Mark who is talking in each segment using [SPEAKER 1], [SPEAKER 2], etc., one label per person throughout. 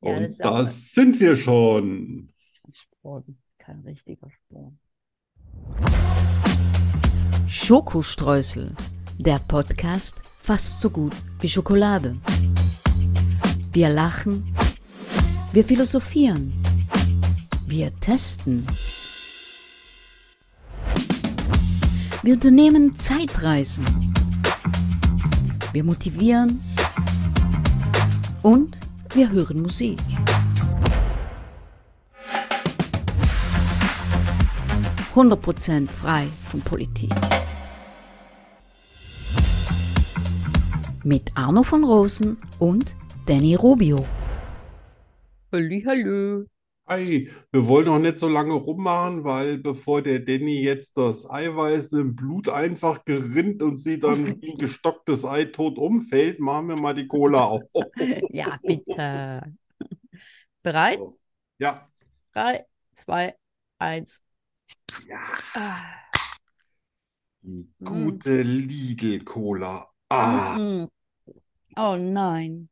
[SPEAKER 1] Ja, das
[SPEAKER 2] Und
[SPEAKER 1] ist auch
[SPEAKER 2] da sind wir schon.
[SPEAKER 1] Sporn. Kein richtiger Sporn.
[SPEAKER 3] Schokostreusel, der Podcast fast so gut wie Schokolade. Wir lachen, wir philosophieren, wir testen. Wir unternehmen Zeitreisen. Wir motivieren und wir hören Musik. Prozent frei von Politik. Mit Arno von Rosen und Danny Rubio.
[SPEAKER 1] Halli, hallo.
[SPEAKER 2] Ei, wir wollen noch nicht so lange rummachen, weil bevor der Danny jetzt das Eiweiß im Blut einfach gerinnt und sie dann wie ein gestocktes Ei tot umfällt, machen wir mal die Cola auf.
[SPEAKER 1] Ja, bitte. Bereit?
[SPEAKER 2] Ja,
[SPEAKER 1] Drei, zwei, eins.
[SPEAKER 2] Ja.
[SPEAKER 1] Ah,
[SPEAKER 2] die
[SPEAKER 1] Mm.
[SPEAKER 2] gute Lidl-Cola. Ah,
[SPEAKER 1] mm. Oh nein.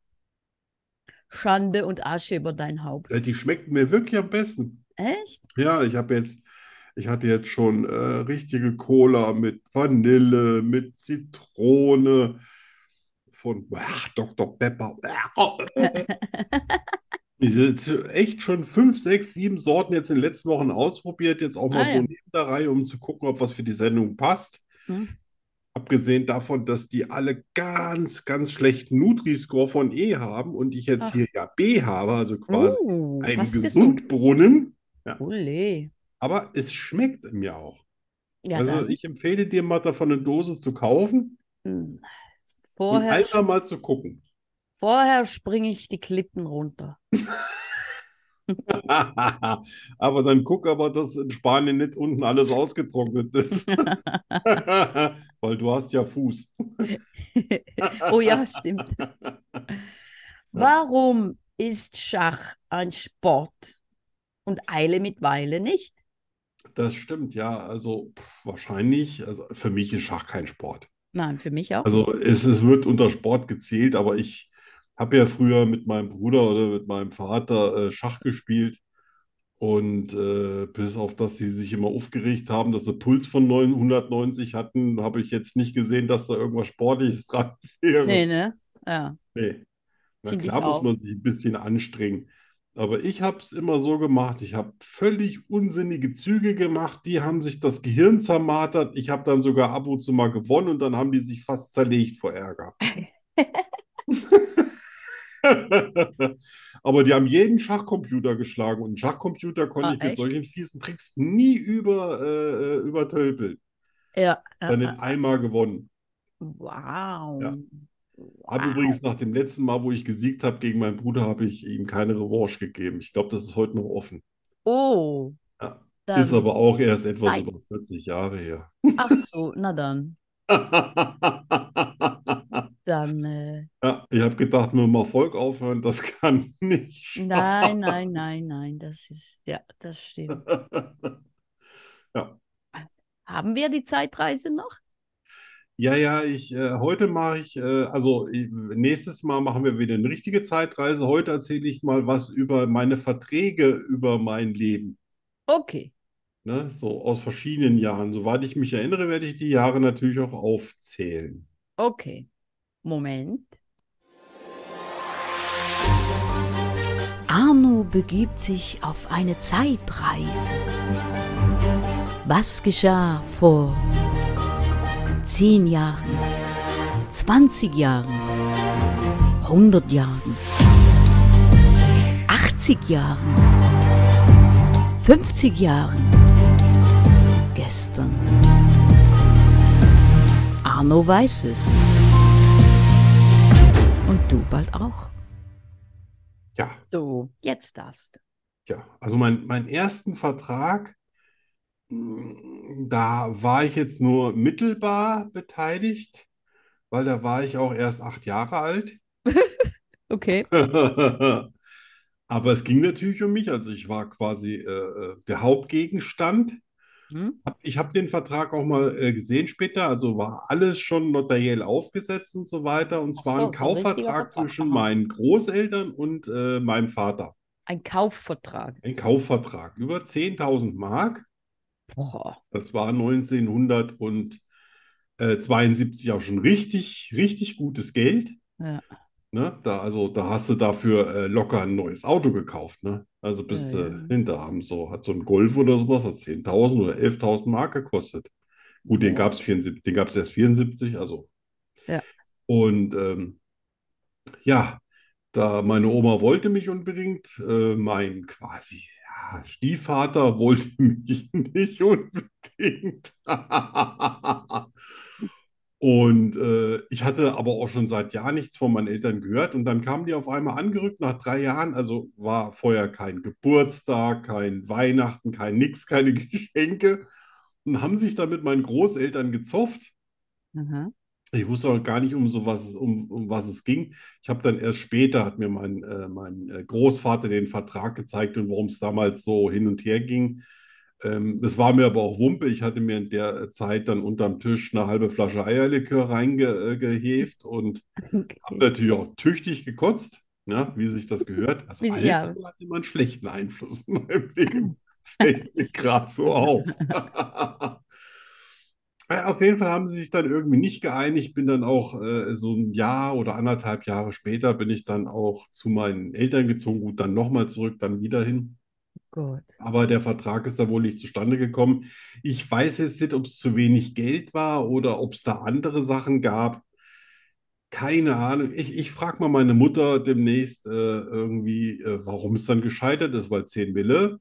[SPEAKER 1] Schande und Asche über dein Haupt.
[SPEAKER 2] die schmeckt mir wirklich am besten.
[SPEAKER 1] Echt?
[SPEAKER 2] Ja, ich habe jetzt, ich hatte jetzt schon äh, richtige Cola mit Vanille, mit Zitrone von ach, Dr. Pepper. Ich jetzt echt schon fünf, sechs, sieben Sorten jetzt in den letzten Wochen ausprobiert, jetzt auch mal
[SPEAKER 1] Ah,
[SPEAKER 2] so
[SPEAKER 1] ja.
[SPEAKER 2] neben der Reihe, um zu gucken, ob was für die Sendung passt.
[SPEAKER 1] Hm.
[SPEAKER 2] Abgesehen davon, dass die alle ganz, ganz schlechten Nutri-Score von E haben und ich jetzt
[SPEAKER 1] Ach.
[SPEAKER 2] hier ja B habe, also quasi
[SPEAKER 1] Uh,
[SPEAKER 2] einen
[SPEAKER 1] was gesund.
[SPEAKER 2] Gesundbrunnen.
[SPEAKER 1] Ole.
[SPEAKER 2] Aber es schmeckt mir auch.
[SPEAKER 1] Ja,
[SPEAKER 2] Also
[SPEAKER 1] dann.
[SPEAKER 2] ich empfehle dir mal davon eine Dose zu kaufen
[SPEAKER 1] mm.
[SPEAKER 2] und
[SPEAKER 1] Vorher,
[SPEAKER 2] einfach mal zu gucken.
[SPEAKER 1] vorher springe ich die Klippen runter.
[SPEAKER 2] Aber dann guck aber, dass in Spanien nicht unten alles ausgetrocknet ist. Weil du hast ja Fuß.
[SPEAKER 1] Oh ja, stimmt. Warum ist Schach ein Sport und Eile mit Weile nicht?
[SPEAKER 2] Das stimmt, ja. Also pff, wahrscheinlich, also für mich ist Schach kein Sport.
[SPEAKER 1] Nein, für mich auch.
[SPEAKER 2] Also es, es wird unter Sport gezählt, aber ich habe ja früher mit meinem Bruder oder mit meinem Vater äh, Schach gespielt. Und äh, bis auf das sie sich immer aufgeregt haben, dass sie Puls von 990 hatten, habe ich jetzt nicht gesehen, dass da irgendwas Sportliches dran wäre.
[SPEAKER 1] nee, ne? Ja.
[SPEAKER 2] Nee. Na
[SPEAKER 1] Find ich
[SPEAKER 2] klar muss
[SPEAKER 1] auch.
[SPEAKER 2] man sich ein bisschen anstrengen. Aber ich habe es immer so gemacht. Ich habe völlig unsinnige Züge gemacht. Die haben sich das Gehirn zermartert. Ich habe dann sogar ab und zu mal gewonnen und dann haben die sich fast zerlegt vor Ärger. Aber die haben jeden Schachcomputer geschlagen und einen Schachcomputer konnte
[SPEAKER 1] Ah,
[SPEAKER 2] ich mit
[SPEAKER 1] echt?
[SPEAKER 2] solchen fiesen Tricks nie über, äh, äh, übertölpeln.
[SPEAKER 1] Ja.
[SPEAKER 2] Dann
[SPEAKER 1] äh,
[SPEAKER 2] nicht einmal gewonnen.
[SPEAKER 1] Wow.
[SPEAKER 2] Ja. Habe
[SPEAKER 1] Wow.
[SPEAKER 2] übrigens nach dem letzten Mal, wo ich gesiegt habe gegen meinen Bruder, habe ich ihm keine Revanche gegeben. Ich glaube, das ist heute noch offen.
[SPEAKER 1] Oh,
[SPEAKER 2] Ja.
[SPEAKER 1] dann
[SPEAKER 2] Ist aber auch erst etwas
[SPEAKER 1] Zeit.
[SPEAKER 2] über 40 Jahre her.
[SPEAKER 1] Ach so, na dann.
[SPEAKER 2] Ja,
[SPEAKER 1] Dann, äh,
[SPEAKER 2] ich habe gedacht, nur mal Volk aufhören, das kann nicht schaden.
[SPEAKER 1] nein, nein, nein, nein, das ist, ja, das stimmt. Haben wir die Zeitreise noch?
[SPEAKER 2] Ja, ja, ich, äh, heute mache ich, äh, also äh, nächstes Mal machen wir wieder eine richtige Zeitreise. Heute erzähle ich mal was über meine Verträge über mein Leben.
[SPEAKER 1] Okay.
[SPEAKER 2] Ne, so aus verschiedenen Jahren. Soweit ich mich erinnere, werde ich die Jahre natürlich auch aufzählen.
[SPEAKER 1] Okay. Moment.
[SPEAKER 3] Arno begibt sich auf eine Zeitreise. Was geschah vor 10 Jahren, 20 Jahren, 100 Jahren, 80 Jahren, 50 Jahren, gestern? Arno weiß es. Und du bald auch.
[SPEAKER 2] Ja,
[SPEAKER 1] So, jetzt darfst du.
[SPEAKER 2] ja. Also mein, meinen ersten Vertrag, mh, da war ich jetzt nur mittelbar beteiligt, weil da war ich auch erst acht Jahre alt.
[SPEAKER 1] Okay.
[SPEAKER 2] Aber es ging natürlich um mich. Also ich war quasi äh, äh, der Hauptgegenstand.
[SPEAKER 1] Hm?
[SPEAKER 2] Hab, ich habe den Vertrag auch mal äh, gesehen später, also war alles schon notariell aufgesetzt und so weiter. Und
[SPEAKER 1] Ach
[SPEAKER 2] zwar ein
[SPEAKER 1] so, so ein richtiger
[SPEAKER 2] Kaufvertrag
[SPEAKER 1] Vertrag.
[SPEAKER 2] zwischen
[SPEAKER 1] Aha.
[SPEAKER 2] meinen Großeltern und äh, meinem Vater.
[SPEAKER 1] Ein Kaufvertrag.
[SPEAKER 2] Ein Kaufvertrag über 10.000 Mark.
[SPEAKER 1] Boah.
[SPEAKER 2] Das war 1972 auch schon richtig, richtig gutes Geld.
[SPEAKER 1] Ja,
[SPEAKER 2] Ne? Da, also, da hast du dafür äh, locker ein neues Auto gekauft. Ne? Also
[SPEAKER 1] ja,
[SPEAKER 2] bist
[SPEAKER 1] ja.
[SPEAKER 2] du hinterabend so. Hat so ein Golf oder sowas, hat 10.000 oder 11.000 Mark gekostet. Gut, den
[SPEAKER 1] Boah.
[SPEAKER 2] gab es 74, den gab es erst 74, also.
[SPEAKER 1] Ja.
[SPEAKER 2] Und ähm, ja, da meine Oma wollte mich unbedingt, äh, mein quasi ja, Stiefvater wollte mich nicht unbedingt. Und äh, ich hatte aber auch schon seit Jahren nichts von meinen Eltern gehört. Und dann kamen die auf einmal angerückt nach drei Jahren. Also war vorher kein Geburtstag, kein Weihnachten, kein Nix, keine Geschenke. Und haben sich dann mit meinen Großeltern gezofft.
[SPEAKER 1] Aha.
[SPEAKER 2] Ich wusste auch gar nicht, um, so was, es- um, um was es ging. Ich habe dann erst später, hat mir mein, äh, mein äh, Großvater den Vertrag gezeigt und worum es damals so hin und her ging. Ähm, es war mir aber auch Wumpe. Ich hatte mir in der Zeit dann unterm Tisch eine halbe Flasche Eierlikör reingeheft und habe
[SPEAKER 1] Okay.
[SPEAKER 2] natürlich auch tüchtig gekotzt, ne, wie sich das gehört. Also
[SPEAKER 1] Wie sie- Ja.
[SPEAKER 2] Alkohol hat immer einen schlechten Einfluss in meinem Leben. Fällt mir gerade so auf. Ja, Auf jeden Fall haben sie sich dann irgendwie nicht geeinigt. Bin dann auch äh, so ein Jahr oder anderthalb Jahre später bin ich dann auch zu meinen Eltern gezogen. Gut, dann nochmal zurück, dann wieder hin.
[SPEAKER 1] Gut.
[SPEAKER 2] Aber der Vertrag ist da wohl nicht zustande gekommen. Ich weiß jetzt nicht, ob es zu wenig Geld war oder ob es da andere Sachen gab. Keine Ahnung. Ich, ich frage mal meine Mutter demnächst äh, irgendwie, äh, warum es dann gescheitert ist, weil 10 Mille,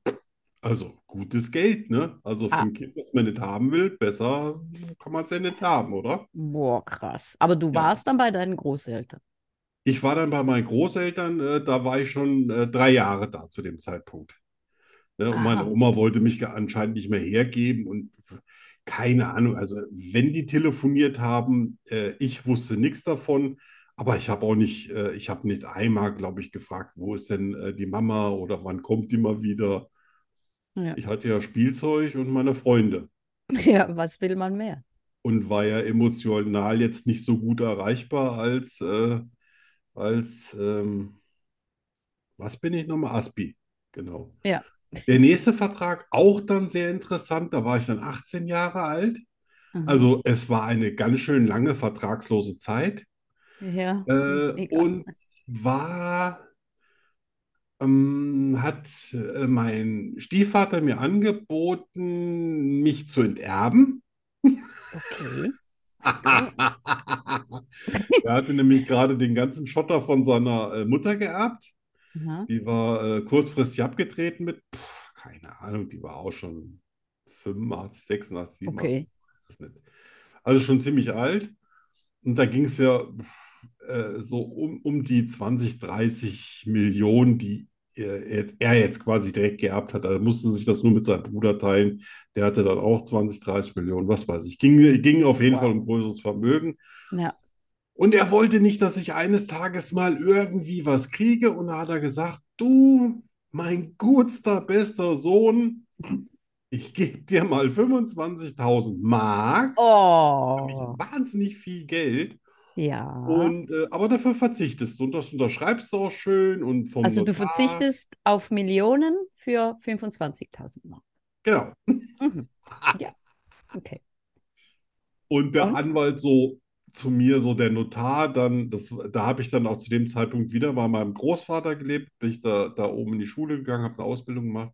[SPEAKER 2] also gutes Geld, ne? Also für
[SPEAKER 1] Ah,
[SPEAKER 2] ein Kind, was man nicht haben will, besser kann man es ja nicht haben, oder?
[SPEAKER 1] boah, krass. Aber du
[SPEAKER 2] Ja.
[SPEAKER 1] warst dann bei deinen Großeltern.
[SPEAKER 2] Ich war dann bei meinen Großeltern, äh, da war ich schon äh, drei Jahre da zu dem Zeitpunkt. Ne? Und meine
[SPEAKER 1] Aha.
[SPEAKER 2] Oma wollte mich ge- anscheinend nicht mehr hergeben und keine Ahnung. Also, wenn die telefoniert haben, äh, ich wusste nichts davon, aber ich habe auch nicht, äh, ich habe nicht einmal, glaube ich, gefragt, wo ist denn äh, die Mama oder wann kommt die mal wieder?
[SPEAKER 1] Ja.
[SPEAKER 2] Ich hatte ja Spielzeug und meine Freunde
[SPEAKER 1] Ja, was will man mehr?
[SPEAKER 2] und war ja emotional jetzt nicht so gut erreichbar als, äh, als ähm, was bin ich nochmal? Aspi, genau.
[SPEAKER 1] Ja.
[SPEAKER 2] Der nächste Vertrag, auch dann sehr interessant, da war ich dann 18 Jahre alt.
[SPEAKER 1] Mhm.
[SPEAKER 2] Also es war eine ganz schön lange vertragslose Zeit
[SPEAKER 1] Ja,
[SPEAKER 2] äh,
[SPEAKER 1] mega.
[SPEAKER 2] und war, ähm, hat äh, mein Stiefvater mir angeboten, mich zu enterben.
[SPEAKER 1] Okay. Ja.
[SPEAKER 2] Er hatte nämlich gerade den ganzen Schotter von seiner äh, Mutter geerbt.
[SPEAKER 1] Aha.
[SPEAKER 2] Die war äh, kurzfristig abgetreten mit, puh, keine Ahnung, die war auch schon 85, 86, 87,
[SPEAKER 1] Okay.
[SPEAKER 2] weiß es nicht. Also schon ziemlich alt. Und da ging es ja äh, so um, um die 20, 30 Millionen, die äh, er, er jetzt quasi direkt geerbt hat. Er musste sich das nur mit seinem Bruder teilen. Der hatte dann auch 20, 30 Millionen, was weiß ich. Ging, ging auf jeden Fall um
[SPEAKER 1] Wow.
[SPEAKER 2] größeres Vermögen.
[SPEAKER 1] Ja.
[SPEAKER 2] Und er wollte nicht, dass ich eines Tages mal irgendwie was kriege. Und da hat er gesagt, du, mein gutster, bester Sohn, ich gebe dir mal 25.000 Mark. Für mich
[SPEAKER 1] Oh.
[SPEAKER 2] wahnsinnig viel Geld.
[SPEAKER 1] Ja.
[SPEAKER 2] Und, äh, aber dafür verzichtest du. Und das unterschreibst du auch schön und vom
[SPEAKER 1] Also du
[SPEAKER 2] Notar.
[SPEAKER 1] verzichtest auf Millionen für 25.000 Mark.
[SPEAKER 2] Genau.
[SPEAKER 1] Mhm. Ja, okay.
[SPEAKER 2] Und der
[SPEAKER 1] Und?
[SPEAKER 2] Anwalt so zu mir, so der Notar, dann, das, da habe ich dann auch zu dem Zeitpunkt wieder bei meinem Großvater gelebt, bin ich da, da oben in die Schule gegangen, habe eine Ausbildung gemacht.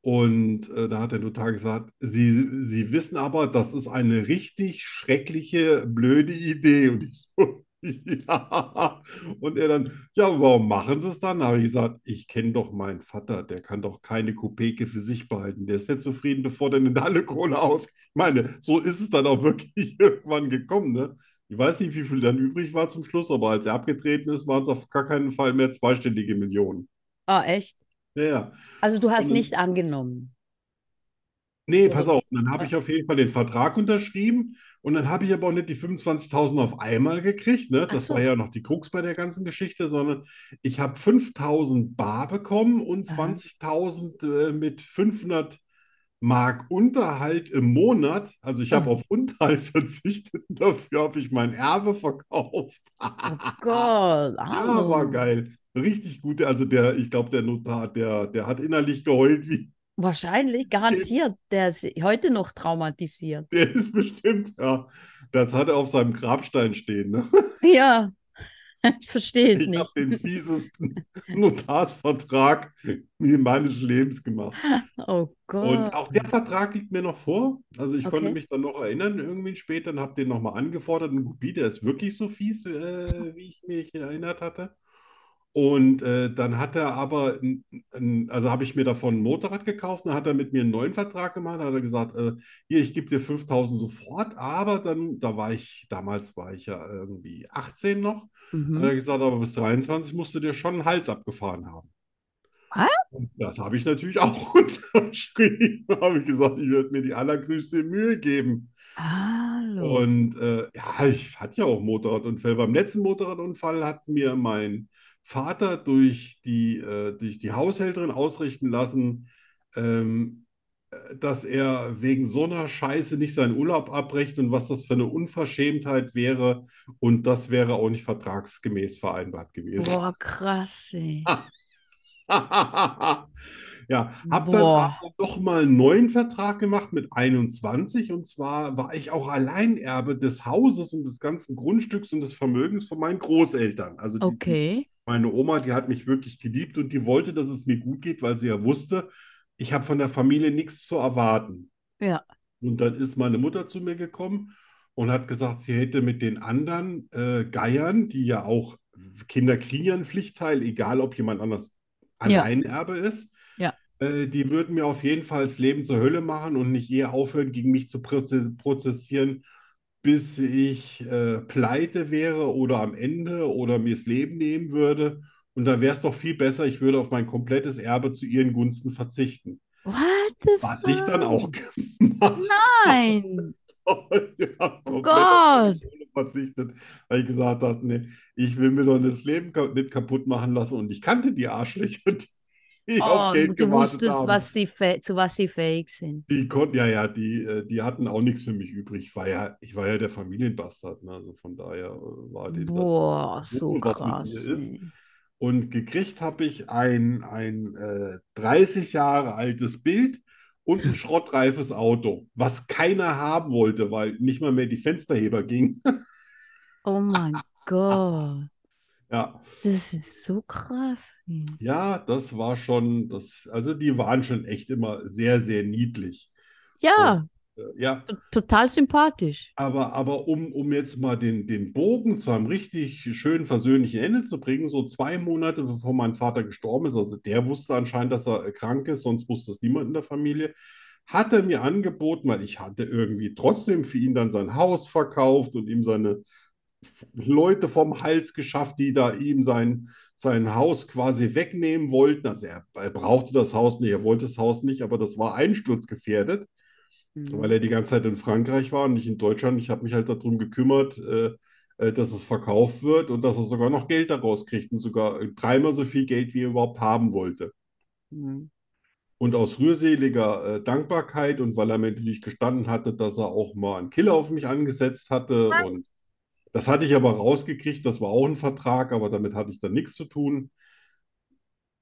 [SPEAKER 2] Und äh, da hat der Notar gesagt, Sie, Sie wissen aber, das ist eine richtig schreckliche, blöde Idee. Und ich so, ja. Und er dann, ja, warum machen Sie es dann? Da habe ich gesagt, ich kenne doch meinen Vater, der kann doch keine Kopeke für sich behalten. Der ist nicht zufrieden, bevor der nicht alle Kohle aus. Ich meine, so ist es dann auch wirklich irgendwann gekommen, ne? Ich weiß nicht, wie viel dann übrig war zum Schluss, aber als er abgetreten ist, waren es auf gar keinen Fall mehr zweistellige Millionen.
[SPEAKER 1] Ah, echt?
[SPEAKER 2] Ja, ja.
[SPEAKER 1] Also du hast
[SPEAKER 2] Und
[SPEAKER 1] nicht
[SPEAKER 2] dann,
[SPEAKER 1] angenommen.
[SPEAKER 2] Nee,
[SPEAKER 1] Oder
[SPEAKER 2] pass
[SPEAKER 1] du?
[SPEAKER 2] auf. Und dann habe
[SPEAKER 1] Ah,
[SPEAKER 2] ich auf jeden Fall den Vertrag unterschrieben und dann habe ich aber auch nicht die 25.000 auf einmal gekriegt. Ne?
[SPEAKER 1] Ach
[SPEAKER 2] Das war
[SPEAKER 1] so.
[SPEAKER 2] ja noch die Krux bei der ganzen Geschichte, sondern ich habe 5.000 bar bekommen und
[SPEAKER 1] Aha.
[SPEAKER 2] 20.000 äh, mit 500. Mark Unterhalt im Monat. Also ich
[SPEAKER 1] Ah.
[SPEAKER 2] habe auf Unterhalt verzichtet, dafür habe ich mein Erbe verkauft.
[SPEAKER 1] Oh Gott,
[SPEAKER 2] Ah, Ja, war geil. Richtig gute, also der, ich glaube, der Notar, der, der hat innerlich geheult, wie
[SPEAKER 1] Wahrscheinlich, garantiert. Der ist heute noch traumatisiert.
[SPEAKER 2] der ist bestimmt, ja. Das hat er auf seinem Grabstein stehen. Ne?
[SPEAKER 1] Ja, ich verstehe es
[SPEAKER 2] Ich habe
[SPEAKER 1] nicht.
[SPEAKER 2] den fiesesten Notarsvertrag meines Lebens gemacht.
[SPEAKER 1] Oh
[SPEAKER 2] Und
[SPEAKER 1] Gott.
[SPEAKER 2] auch der Vertrag liegt mir noch vor. Also ich konnte
[SPEAKER 1] Okay.
[SPEAKER 2] mich dann noch erinnern, irgendwie später, und habe den nochmal angefordert. Eine Kopie, der ist wirklich so fies, äh, wie ich mich erinnert hatte. Und äh, dann hat er aber, n- n- also habe ich mir davon ein Motorrad gekauft, dann hat er mit mir einen neuen Vertrag gemacht, hat er gesagt, äh, hier, ich gebe dir 5000 sofort, aber dann, da war ich, damals war ich ja irgendwie 18 noch, hat
[SPEAKER 1] Mhm.
[SPEAKER 2] er gesagt, aber bis 23 musst du dir schon einen Hals abgefahren haben.
[SPEAKER 1] Was?
[SPEAKER 2] Und das habe ich natürlich auch unterschrieben. Da habe ich gesagt, ich werde mir die allergrößte Mühe geben.
[SPEAKER 1] Hallo.
[SPEAKER 2] Und äh, ja, ich hatte ja auch Motorradunfälle. Beim letzten Motorradunfall hat mir mein Vater durch die, äh, durch die Haushälterin ausrichten lassen, ähm, äh, dass er wegen so einer Scheiße nicht seinen Urlaub abbricht und was das für eine Unverschämtheit wäre. Und das wäre auch nicht vertragsgemäß vereinbart gewesen.
[SPEAKER 1] Boah, krass, ey.
[SPEAKER 2] Ja, hab dann
[SPEAKER 1] Boah.
[SPEAKER 2] aber noch mal einen neuen Vertrag gemacht mit 21 und zwar war ich auch Alleinerbe des Hauses und des ganzen Grundstücks und des Vermögens von meinen Großeltern. Also die, die,
[SPEAKER 1] Okay.
[SPEAKER 2] meine Oma, die hat mich wirklich geliebt und die wollte, dass es mir gut geht, weil sie ja wusste, ich habe von der Familie nichts zu erwarten.
[SPEAKER 1] Ja.
[SPEAKER 2] Und dann ist meine Mutter zu mir gekommen und hat gesagt, sie hätte mit den anderen äh, Geiern, die ja auch Kinder kriegen ja einen Pflichtteil, egal ob jemand anders
[SPEAKER 1] Ja.
[SPEAKER 2] Alleinerbe ist,
[SPEAKER 1] Ja.
[SPEAKER 2] äh, die würden mir auf jeden Fall das Leben zur Hölle machen und nicht eher aufhören, gegen mich zu proze- prozessieren, bis ich äh, pleite wäre oder am Ende oder mir das Leben nehmen würde. Und da wäre es doch viel besser, ich würde auf mein komplettes Erbe zu ihren Gunsten verzichten.
[SPEAKER 1] What the
[SPEAKER 2] Was ich dann auch
[SPEAKER 1] fuck?
[SPEAKER 2] gemacht
[SPEAKER 1] Nein.
[SPEAKER 2] ja, komplett
[SPEAKER 1] Oh Gott.
[SPEAKER 2] auf meine Kohle verzichtet, weil ich gesagt habe, nee, ich will mir doch das Leben ka nicht kaputt machen lassen. Und ich kannte die Arschlöcher, die auf
[SPEAKER 1] Oh,
[SPEAKER 2] Geld
[SPEAKER 1] du
[SPEAKER 2] gewartet
[SPEAKER 1] wusstest,
[SPEAKER 2] haben.
[SPEAKER 1] was sie fä- zu was sie fähig sind.
[SPEAKER 2] Die konnten, ja, ja, die, äh, die hatten auch nichts für mich übrig. Ich war ja, ich war ja der Familienbastard, ne? Also von daher äh, war denen das
[SPEAKER 1] Boah, so
[SPEAKER 2] Wumpe, was mit mir
[SPEAKER 1] krass.
[SPEAKER 2] ist.
[SPEAKER 1] ey.
[SPEAKER 2] Und gekriegt habe ich ein, ein äh, 30 Jahre altes Bild und ein schrottreifes Auto, was keiner haben wollte, weil nicht mal mehr die Fensterheber gingen.
[SPEAKER 1] Oh mein Gott.
[SPEAKER 2] Ja,
[SPEAKER 1] Das ist so krass. ey.
[SPEAKER 2] ja, das war schon, das, also die waren schon echt immer sehr, sehr niedlich. Und,
[SPEAKER 1] Ja,
[SPEAKER 2] äh, ja,
[SPEAKER 1] t- total sympathisch.
[SPEAKER 2] aber, aber um, um jetzt mal den, den Bogen zu einem richtig schönen versöhnlichen Ende zu bringen, so zwei Monate bevor mein Vater gestorben ist, also der wusste anscheinend, dass er äh, krank ist, sonst wusste es niemand in der Familie, hat er mir angeboten, weil ich hatte irgendwie trotzdem für ihn dann sein Haus verkauft und ihm seine Leute vom Hals geschafft, die da ihm sein, sein Haus quasi wegnehmen wollten. Also er, er brauchte das Haus nicht, er wollte das Haus nicht, aber das war einsturzgefährdet, weil
[SPEAKER 1] Mhm.
[SPEAKER 2] er die ganze Zeit in Frankreich war und nicht in Deutschland. Ich habe mich halt darum gekümmert, äh, äh, dass es verkauft wird und dass er sogar noch Geld daraus kriegt und sogar äh, dreimal so viel Geld, wie er überhaupt haben wollte.
[SPEAKER 1] Mhm.
[SPEAKER 2] Und aus rührseliger äh, Dankbarkeit und weil er mir natürlich gestanden hatte, dass er auch mal einen Killer auf mich angesetzt hatte und das hatte ich aber rausgekriegt, das war auch ein Vertrag, aber damit hatte ich dann nichts zu tun.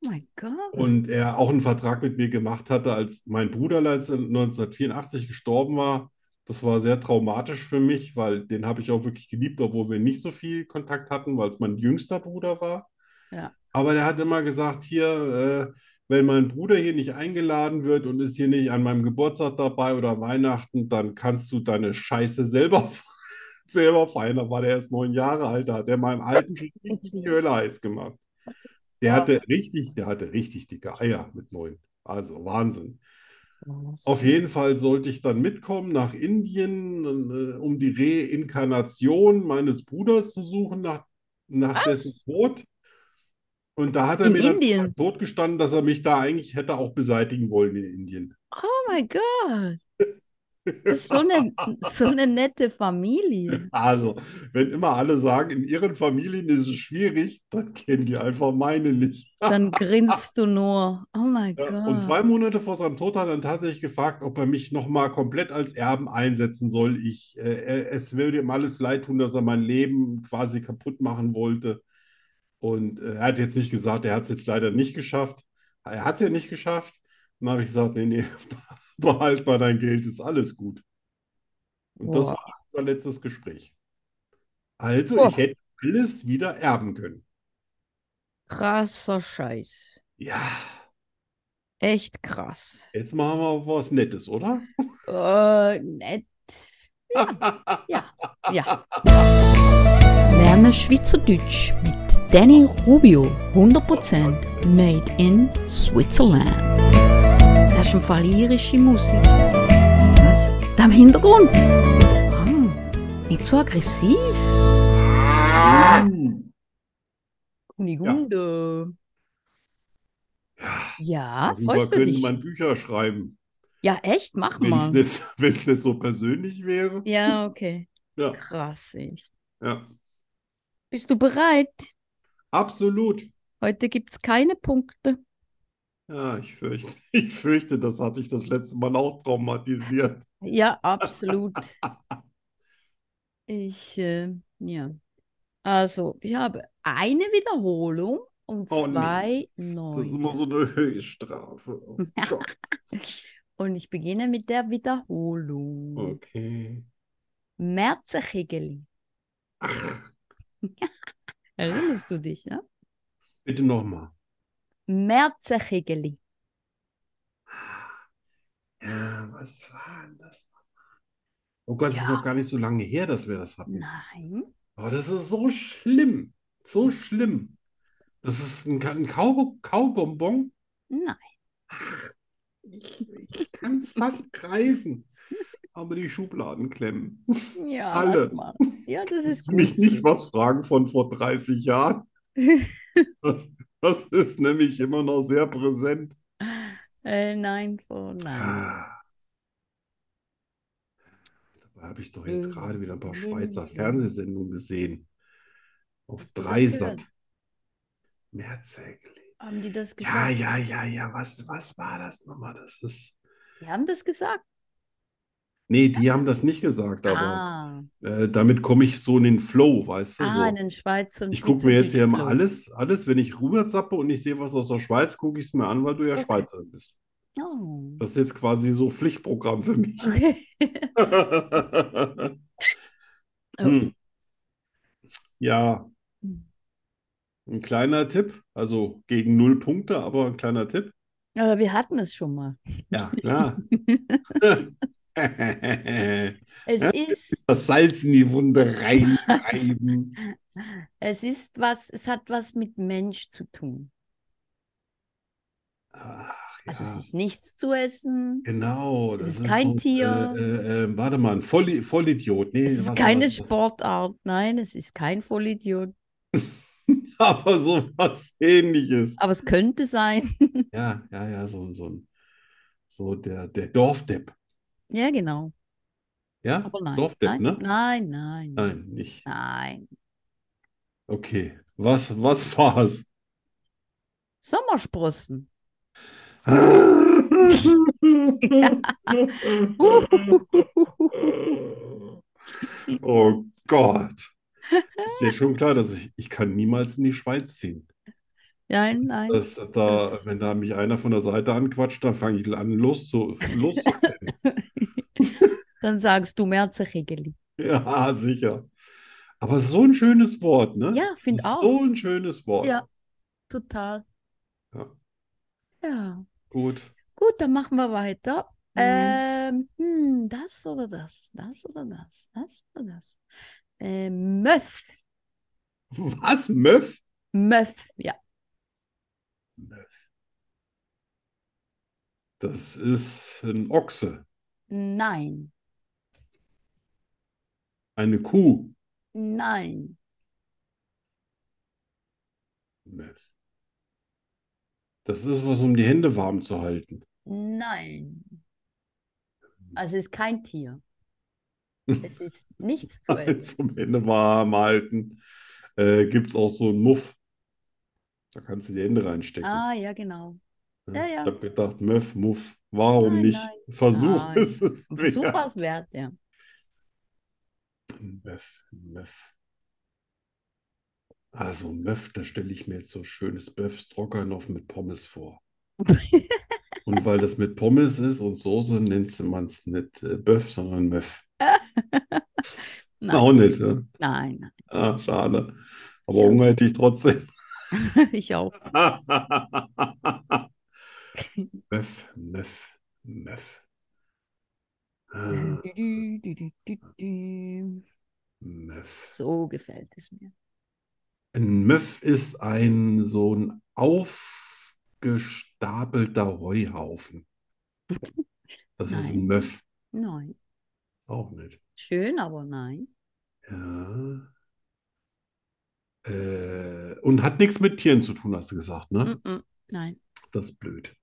[SPEAKER 1] Oh mein Gott.
[SPEAKER 2] Und er auch einen Vertrag mit mir gemacht hatte, als mein Bruder leider 1984 gestorben war. Das war sehr traumatisch für mich, weil den habe ich auch wirklich geliebt, obwohl wir nicht so viel Kontakt hatten, weil es mein jüngster Bruder war.
[SPEAKER 1] Ja.
[SPEAKER 2] Aber der hat immer gesagt, hier, äh, wenn mein Bruder hier nicht eingeladen wird und ist hier nicht an meinem Geburtstag dabei oder Weihnachten, dann kannst du deine Scheiße selber, selber feiern. Da war der erst neun Jahre alt, da hat er meinem Alten schon richtig die Hölle heiß gemacht. Der hatte richtig, der hatte richtig dicke Eier mit neun. Also Wahnsinn. Auf jeden Fall sollte ich dann mitkommen nach Indien, äh, um die Reinkarnation meines Bruders zu suchen, nach, nach dessen
[SPEAKER 1] Was?
[SPEAKER 2] Tod. Und da hat er
[SPEAKER 1] In
[SPEAKER 2] mir dann
[SPEAKER 1] Indien?
[SPEAKER 2] tot gestanden, dass er mich da eigentlich hätte auch beseitigen wollen in Indien.
[SPEAKER 1] Oh mein Oh Gott. Das ist so eine, so eine nette Familie.
[SPEAKER 2] Also, wenn immer alle sagen, in ihren Familien ist es schwierig, dann kennen die einfach meine nicht.
[SPEAKER 1] Dann grinst du nur. Oh mein
[SPEAKER 2] Ja,
[SPEAKER 1] Gott.
[SPEAKER 2] Und zwei Monate vor seinem Tod hat er dann tatsächlich gefragt, ob er mich nochmal komplett als Erben einsetzen soll. Ich, äh, er- es würde ihm alles leid tun, dass er mein Leben quasi kaputt machen wollte. Und äh, er hat jetzt nicht gesagt, er hat es jetzt leider nicht geschafft. Er hat es ja nicht geschafft. Und dann habe ich gesagt, nee, nee, behalt mal dein Geld, ist alles gut. Und das
[SPEAKER 1] Boah.
[SPEAKER 2] war unser letztes Gespräch. Also,
[SPEAKER 1] Boah.
[SPEAKER 2] ich hätte alles wieder erben können.
[SPEAKER 1] Krasser Scheiß.
[SPEAKER 2] Ja,
[SPEAKER 1] Echt krass.
[SPEAKER 2] jetzt machen wir was Nettes, oder?
[SPEAKER 1] Äh, nett. Ja, ja.
[SPEAKER 3] Lerne Schweizerdeutsch mit Danny Rubio. 100% made in Switzerland. Das ist im Fall irische Musik. Was? Da im Hintergrund? Ah, nicht so aggressiv.
[SPEAKER 1] Ah,
[SPEAKER 2] Mm.
[SPEAKER 1] Kunigunde. Ja,
[SPEAKER 2] Darüber
[SPEAKER 1] freust du
[SPEAKER 2] könnte
[SPEAKER 1] dich?
[SPEAKER 2] man Bücher schreiben,
[SPEAKER 1] Ja, echt? Mach
[SPEAKER 2] wenn es
[SPEAKER 1] mal.
[SPEAKER 2] nicht, wenn's nicht so persönlich wäre.
[SPEAKER 1] Ja, okay.
[SPEAKER 2] Ja.
[SPEAKER 1] Krass, ey.
[SPEAKER 2] Ja,
[SPEAKER 1] Bist du bereit?
[SPEAKER 2] absolut.
[SPEAKER 1] Heute gibt's keine Punkte.
[SPEAKER 2] Ja, ich fürchte, ich fürchte, das hatte ich das letzte Mal auch traumatisiert.
[SPEAKER 1] Ja, absolut. Ich, äh, ja. Also, ich habe eine Wiederholung und
[SPEAKER 2] Oh, nee.
[SPEAKER 1] zwei
[SPEAKER 2] Das ist
[SPEAKER 1] neue.
[SPEAKER 2] immer so eine Höchststrafe. Oh Gott.
[SPEAKER 1] Und ich beginne mit der Wiederholung.
[SPEAKER 2] Oh. Okay.
[SPEAKER 1] Märzechegeli.
[SPEAKER 2] Ah.
[SPEAKER 1] Erinnerst du dich, ja?
[SPEAKER 2] Bitte nochmal.
[SPEAKER 1] Märzechegeli.
[SPEAKER 2] Ja, was war denn das? Oh Gott, das ist
[SPEAKER 1] Ja.
[SPEAKER 2] noch gar nicht so lange her, dass wir das hatten.
[SPEAKER 1] Nein.
[SPEAKER 2] Oh, das ist so schlimm. So schlimm. Das ist ein, Ka- ein Kau Kaubonbon.
[SPEAKER 1] Nein.
[SPEAKER 2] Ich, ich kann es fast greifen. Aber die Schubladen klemmen.
[SPEAKER 1] Ja,
[SPEAKER 2] Alle.
[SPEAKER 1] lass mal. Ja, das ist
[SPEAKER 2] Lass mich
[SPEAKER 1] gut
[SPEAKER 2] nicht
[SPEAKER 1] so.
[SPEAKER 2] was fragen von vor 30 Jahren. Das, das ist nämlich immer noch sehr präsent.
[SPEAKER 1] Äh, nein, oh nein.
[SPEAKER 2] Ah. Dabei habe ich doch jetzt
[SPEAKER 1] Ähm,
[SPEAKER 2] gerade wieder ein paar
[SPEAKER 1] ähm,
[SPEAKER 2] Schweizer
[SPEAKER 1] ähm.
[SPEAKER 2] Fernsehsendungen gesehen. Auf
[SPEAKER 1] Hast du das
[SPEAKER 2] Dreisack.
[SPEAKER 1] gehört?
[SPEAKER 2] Mehrzägli.
[SPEAKER 1] Haben die das
[SPEAKER 2] Ja,
[SPEAKER 1] gesagt?
[SPEAKER 2] ja, ja, ja. Was, was war das nochmal? Das ist.
[SPEAKER 1] Die haben das gesagt.
[SPEAKER 2] Nee, die haben das nicht gesagt, aber
[SPEAKER 1] Ah,
[SPEAKER 2] äh, damit komme ich so in den Flow, weißt du?
[SPEAKER 1] ah,
[SPEAKER 2] so.
[SPEAKER 1] einen Schweizer und
[SPEAKER 2] Also, Ich gucke mir jetzt hier mal alles,
[SPEAKER 1] Schweizerdeutsch-Flow.
[SPEAKER 2] alles, wenn ich rüberzappe und ich sehe was aus der Schweiz, gucke ich es mir an, weil du ja
[SPEAKER 1] Okay.
[SPEAKER 2] Schweizerin bist.
[SPEAKER 1] Oh.
[SPEAKER 2] Das ist jetzt quasi so Pflichtprogramm für mich.
[SPEAKER 1] Okay.
[SPEAKER 2] Hm. Ja, ein kleiner Tipp, also gegen null Punkte, aber ein kleiner Tipp.
[SPEAKER 1] Aber wir hatten es schon mal.
[SPEAKER 2] Ja, klar.
[SPEAKER 1] Es
[SPEAKER 2] Ja.
[SPEAKER 1] ist,
[SPEAKER 2] Das Salz in die Wunde reinreiben.
[SPEAKER 1] es ist was, es hat was mit Mensch zu tun.
[SPEAKER 2] Ach,
[SPEAKER 1] Also
[SPEAKER 2] ja.
[SPEAKER 1] es ist nichts zu essen.
[SPEAKER 2] Genau, das
[SPEAKER 1] ist kein
[SPEAKER 2] so,
[SPEAKER 1] Tier.
[SPEAKER 2] Äh, äh, äh, warte mal, ein Volli Vollidiot. Nee,
[SPEAKER 1] Es ist
[SPEAKER 2] was
[SPEAKER 1] keine
[SPEAKER 2] war das?
[SPEAKER 1] Sportart, nein, es ist kein Vollidiot,
[SPEAKER 2] Aber so was Ähnliches.
[SPEAKER 1] aber es könnte sein.
[SPEAKER 2] Ja, ja, ja, so, so ein, so der, der Dorfdepp.
[SPEAKER 1] Ja, genau,
[SPEAKER 2] Ja,
[SPEAKER 1] aber nein.
[SPEAKER 2] Dorfdepp,
[SPEAKER 1] nein,
[SPEAKER 2] ne?
[SPEAKER 1] nein, nein,
[SPEAKER 2] Nein, nicht.
[SPEAKER 1] nein.
[SPEAKER 2] Okay, was, was war's?
[SPEAKER 1] Sommersprossen.
[SPEAKER 2] Oh Gott. Ist ja schon klar, dass ich, ich kann niemals in die Schweiz ziehen.
[SPEAKER 1] Nein, nein.
[SPEAKER 2] Das, da,
[SPEAKER 1] Das-
[SPEAKER 2] wenn da mich einer von der Seite anquatscht, dann fange ich an, los zu, los zu
[SPEAKER 1] Dann sagst du Märzerregeli.
[SPEAKER 2] Ja, sicher. Aber so ein schönes Wort, ne?
[SPEAKER 1] Ja, find auch.
[SPEAKER 2] So ein schönes Wort.
[SPEAKER 1] Ja. Total.
[SPEAKER 2] Ja.
[SPEAKER 1] Ja.
[SPEAKER 2] Gut.
[SPEAKER 1] Gut, dann machen wir weiter.
[SPEAKER 3] Mhm.
[SPEAKER 1] Ähm, hm, das oder das, das oder das, das oder das. Ähm, Möff,
[SPEAKER 2] Was, Möff?
[SPEAKER 1] Möff, ja.
[SPEAKER 2] Das ist ein Ochse,
[SPEAKER 1] Nein,
[SPEAKER 2] eine Kuh.
[SPEAKER 1] nein.
[SPEAKER 2] Möff. Das ist was, um die Hände warm zu halten.
[SPEAKER 1] Nein. Also es ist kein Tier. Es ist nichts zu essen.
[SPEAKER 2] Alles zum Hände warm halten. Äh, Gibt es auch so einen Muff. Da kannst du die Hände reinstecken.
[SPEAKER 1] Ah, ja, genau. ja,
[SPEAKER 2] Ich
[SPEAKER 1] ja.
[SPEAKER 2] habe gedacht, Möff, Muff, warum
[SPEAKER 1] Nein,
[SPEAKER 2] nicht?
[SPEAKER 1] nein,
[SPEAKER 2] Versuch
[SPEAKER 1] nein.
[SPEAKER 2] ist es
[SPEAKER 1] Ein Versuch
[SPEAKER 2] wert.
[SPEAKER 1] war es wert, ja.
[SPEAKER 2] Möff, Möff. Also Möff, da stelle ich mir jetzt so schönes Böff Stroganoff mit Pommes vor. Und weil das mit Pommes ist und Soße, nennt man es nicht äh, Böff, sondern Möff.
[SPEAKER 1] Nein.
[SPEAKER 2] Auch nicht, ne?
[SPEAKER 1] Nein,
[SPEAKER 2] Ah, schade. Aber Hunger hätte ich trotzdem.
[SPEAKER 1] nein. ich auch.
[SPEAKER 2] Möff, Möff, Möff. Ah,
[SPEAKER 1] Dü, dü, dü, dü, dü.
[SPEAKER 2] Möff.
[SPEAKER 1] So gefällt es mir.
[SPEAKER 2] Ein Möff ist ein so ein aufgestapelter Heuhaufen. Das ist
[SPEAKER 1] Nein.
[SPEAKER 2] ein Möff.
[SPEAKER 1] Nein.
[SPEAKER 2] Auch nicht.
[SPEAKER 1] Schön, aber nein.
[SPEAKER 2] Ja. Äh, und hat nichts mit Tieren zu tun, hast du gesagt, ne?
[SPEAKER 1] Mm-mm. Mm, Nein.
[SPEAKER 2] Das ist blöd.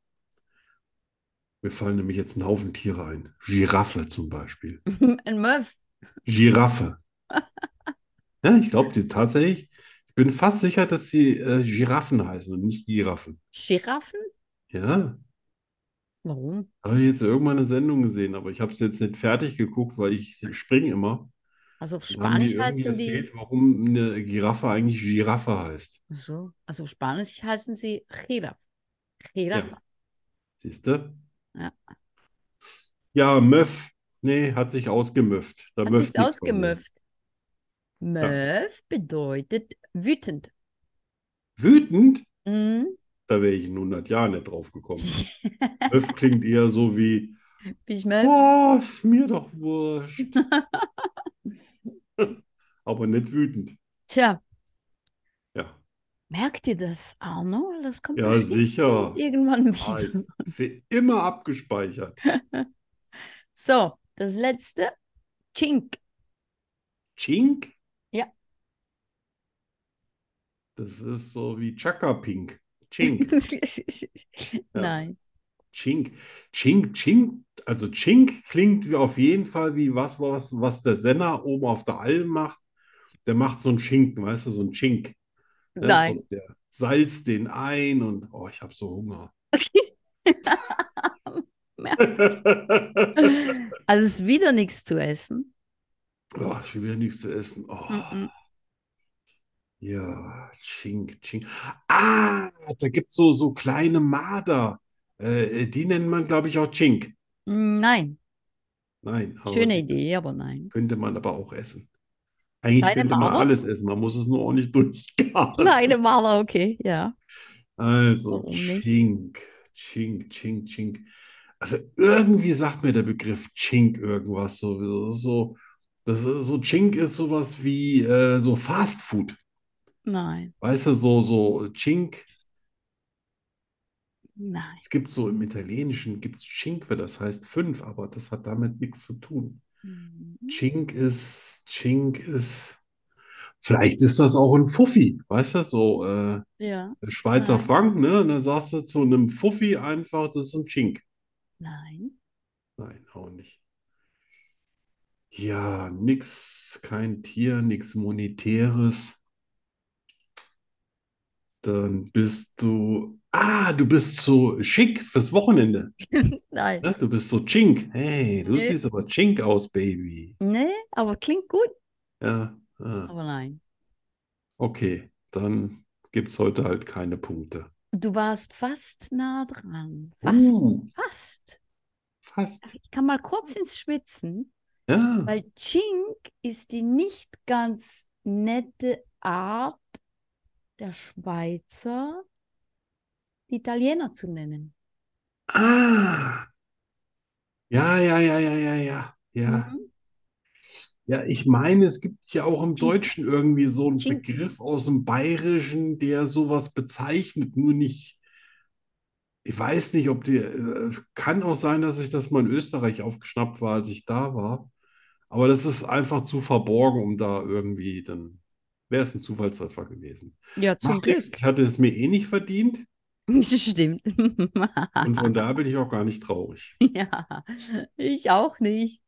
[SPEAKER 2] Mir fallen nämlich jetzt ein Haufen Tiere ein. Giraffe zum Beispiel.
[SPEAKER 1] Ein Möff.
[SPEAKER 2] Giraffe. Ja, ich glaube dir tatsächlich. Ich bin fast sicher, dass sie äh, Giraffen heißen und nicht Giraffen.
[SPEAKER 1] Giraffen?
[SPEAKER 2] Ja.
[SPEAKER 1] Warum?
[SPEAKER 2] Habe ich jetzt irgendwann eine Sendung gesehen, aber ich habe es jetzt nicht fertig geguckt, weil ich springe immer.
[SPEAKER 1] Also auf
[SPEAKER 2] Und haben die
[SPEAKER 1] Spanisch
[SPEAKER 2] irgendwie
[SPEAKER 1] heißen die.
[SPEAKER 2] erzählt, warum eine Giraffe eigentlich Giraffe heißt.
[SPEAKER 1] Ach So. Also auf Spanisch heißen sie Giraf. Giraffe.
[SPEAKER 2] Siehst du?
[SPEAKER 1] Ja.
[SPEAKER 2] Ja, Möff. Nee, hat sich ausgemöfft. Da
[SPEAKER 1] Hat
[SPEAKER 2] möfft
[SPEAKER 1] sich
[SPEAKER 2] nichts von mir.
[SPEAKER 1] ausgemöfft. Möff bedeutet wütend.
[SPEAKER 2] Wütend?
[SPEAKER 1] Mhm.
[SPEAKER 2] Da wäre ich in 100 Jahren nicht drauf gekommen. Möff klingt eher so wie,
[SPEAKER 1] Bin ich Möff?
[SPEAKER 2] boah, ist mir doch wurscht. Aber nicht wütend.
[SPEAKER 1] Tja,
[SPEAKER 2] Ja,
[SPEAKER 1] merkt ihr das, Arno? Das kommt
[SPEAKER 2] ja
[SPEAKER 1] bestimmt
[SPEAKER 2] sicher.
[SPEAKER 1] irgendwann
[SPEAKER 2] Ah,
[SPEAKER 1] wieder.
[SPEAKER 2] ist für immer abgespeichert.
[SPEAKER 1] So, das letzte. Chink.
[SPEAKER 2] Chink?
[SPEAKER 1] Ja.
[SPEAKER 2] Das ist so wie Chaka Pink. Chink,
[SPEAKER 1] Nein.
[SPEAKER 2] Chink, Chink, Chink. Also Chink klingt wie auf jeden Fall wie was, was, was der Senner oben auf der Alm macht. Der macht so ein Schinken, weißt du, so ein Chink. Ne?
[SPEAKER 1] Nein.
[SPEAKER 2] So, der salzt den ein und oh, ich habe so Hunger. Oh,
[SPEAKER 1] Also es ist wieder nichts zu essen.
[SPEAKER 2] Oh, schon wieder nichts zu essen. Oh.
[SPEAKER 1] Mhm.
[SPEAKER 2] Ja, Chink, Chink. Ah, da gibt es so, so kleine Marder. Äh, die nennt man, glaube ich, auch Chink.
[SPEAKER 1] Nein.
[SPEAKER 2] Nein, aber
[SPEAKER 1] Schöne
[SPEAKER 2] die
[SPEAKER 1] Idee, aber nein.
[SPEAKER 2] könnte man aber auch essen. Eigentlich
[SPEAKER 1] Kleine
[SPEAKER 2] könnte man
[SPEAKER 1] Marder?
[SPEAKER 2] alles essen, man muss es nur ordentlich durchgaren.
[SPEAKER 1] Kleine Maler, okay, ja.
[SPEAKER 2] Also,
[SPEAKER 1] Warum nicht?
[SPEAKER 2] Chink, Chink, Chink, Chink. Also irgendwie sagt mir der Begriff Chink irgendwas. So, so, so, das, ist- so Chink ist sowas wie äh, so Fast Food.
[SPEAKER 1] Nein.
[SPEAKER 2] Weißt du, so, so Chink.
[SPEAKER 1] Nein.
[SPEAKER 2] Es gibt so im Italienischen gibt's Cinque, das heißt fünf, aber das hat damit nichts zu tun. Cink ist, Cink ist, vielleicht ist das auch ein Fuffi, weißt du, so äh,
[SPEAKER 1] Ja.
[SPEAKER 2] Schweizer
[SPEAKER 1] Nein.
[SPEAKER 2] Frank, ne? Und dann sagst du zu einem Fuffi einfach, das ist ein Cink.
[SPEAKER 1] Nein.
[SPEAKER 2] Nein, auch nicht. Ja, nix, kein Tier, nix Monetäres. Dann bist du, ah, du bist so schick fürs Wochenende.
[SPEAKER 1] Nein.
[SPEAKER 2] Ne? Du bist so Chink. Hey, du
[SPEAKER 1] Nee.
[SPEAKER 2] siehst aber Chink aus, Baby.
[SPEAKER 1] Nee, Ne, aber klingt gut,
[SPEAKER 2] Ja, ah,
[SPEAKER 1] aber nein.
[SPEAKER 2] okay. Dann gibt es heute halt keine Punkte.
[SPEAKER 1] Du warst fast nah dran. Fast.
[SPEAKER 2] Uh,
[SPEAKER 1] Fast.
[SPEAKER 2] fast.
[SPEAKER 1] Ich kann mal kurz ins Schwitzen.
[SPEAKER 2] Ja,
[SPEAKER 1] Weil Chink ist die nicht ganz nette Art der Schweizer, die Italiener zu nennen.
[SPEAKER 2] ah. Ja, ja, ja, ja, ja, ja. Ja,
[SPEAKER 1] Mhm.
[SPEAKER 2] ja, ich meine, es gibt ja auch im Deutschen irgendwie so einen
[SPEAKER 1] Chink.
[SPEAKER 2] Begriff aus dem Bayerischen, der sowas bezeichnet, nur nicht. Ich weiß nicht, ob der. äh, Kann auch sein, dass ich das mal in Österreich aufgeschnappt war, als ich da war. Aber das ist einfach zu verborgen, um da irgendwie dann. Wäre es ein Zufallstreffer gewesen.
[SPEAKER 1] Ja, zum
[SPEAKER 2] Macht nichts,
[SPEAKER 1] Glück.
[SPEAKER 2] ich hatte es mir eh nicht verdient.
[SPEAKER 1] Stimmt.
[SPEAKER 2] Und von daher bin ich auch gar nicht traurig.
[SPEAKER 1] ja, ich auch nicht.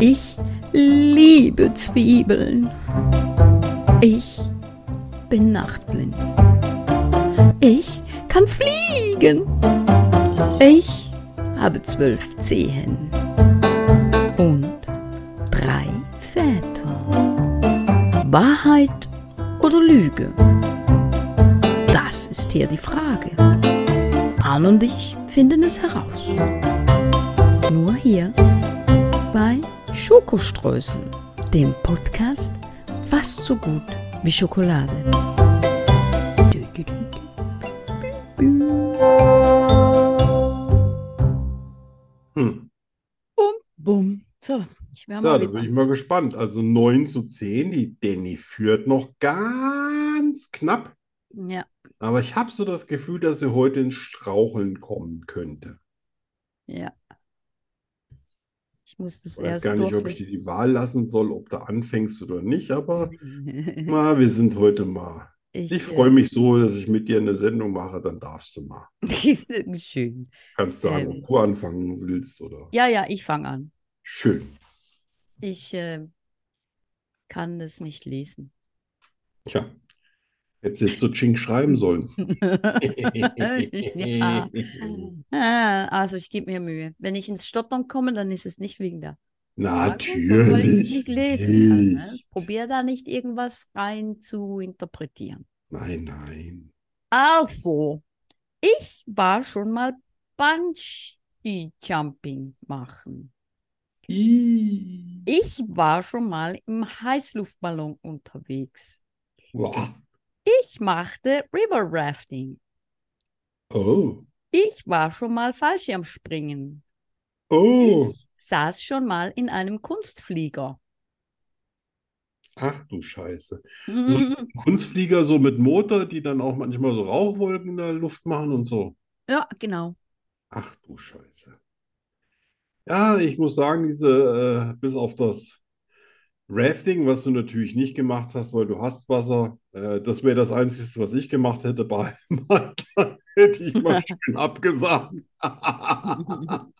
[SPEAKER 3] Ich liebe Zwiebeln. Ich bin nachtblind. Ich kann fliegen. Ich habe zwölf Zehen und drei Väter. Wahrheit oder Lüge? Das ist hier die Frage. Anne und ich finden es heraus. Nur hier bei Schokoströßen, dem Podcast fast so gut wie Schokolade. Dü, dü, dü, dü, dü, dü.
[SPEAKER 2] Hm.
[SPEAKER 1] Bumm. So, ich war
[SPEAKER 2] So, da
[SPEAKER 1] mal
[SPEAKER 2] bin ich
[SPEAKER 1] wieder.
[SPEAKER 2] mal gespannt. Also 9 zu 10, die Danny führt noch ganz knapp.
[SPEAKER 1] Ja,
[SPEAKER 2] Aber ich habe so das Gefühl, dass sie heute ins Straucheln kommen könnte.
[SPEAKER 1] ja. Ich muss das
[SPEAKER 2] Ich weiß
[SPEAKER 1] erst
[SPEAKER 2] gar nicht, ob ich
[SPEAKER 1] durch.
[SPEAKER 2] dir die Wahl lassen soll, ob du anfängst oder nicht, aber
[SPEAKER 1] Mhm. Ich,
[SPEAKER 2] na, wir sind heute mal. Ich
[SPEAKER 1] äh,
[SPEAKER 2] freue mich so, dass ich mit dir eine Sendung mache, dann darfst du mal.
[SPEAKER 1] mich. Schön.
[SPEAKER 2] Kannst sagen,
[SPEAKER 1] Ähm.
[SPEAKER 2] ob du anfangen willst oder.
[SPEAKER 1] Ja, ja, ich fange an.
[SPEAKER 2] Schön.
[SPEAKER 1] Ich äh, kann es nicht lesen.
[SPEAKER 2] Tja, hättest du jetzt so Ching schreiben sollen.
[SPEAKER 1] Ja. Ah, Also ich gebe mir Mühe. Wenn ich ins Stottern komme, dann ist es nicht wegen der Frage, sondern weil ich es
[SPEAKER 2] Natürlich.
[SPEAKER 1] nicht lesen kann. Ne? Probier da nicht irgendwas rein zu interpretieren.
[SPEAKER 2] Nein, nein.
[SPEAKER 1] Also, ich war schon mal Bungee-Jumping machen. Ich war schon mal im Heißluftballon unterwegs.
[SPEAKER 2] Wow.
[SPEAKER 1] Ich machte River Rafting.
[SPEAKER 2] Oh.
[SPEAKER 1] Ich war schon mal Fallschirmspringen.
[SPEAKER 2] Oh.
[SPEAKER 1] Ich saß schon mal in einem Kunstflieger.
[SPEAKER 2] Ach du Scheiße. Kunstflieger so mit Motor, die dann auch manchmal so Rauchwolken in der Luft machen und so.
[SPEAKER 1] Ja, genau.
[SPEAKER 2] Ach du Scheiße. Ja, ich muss sagen, diese, äh, bis auf das Rafting, was du natürlich nicht gemacht hast, weil du hast Wasser, äh, das wäre das Einzige, was ich gemacht hätte bei Mann, dann hätte ich mal schön abgesagt.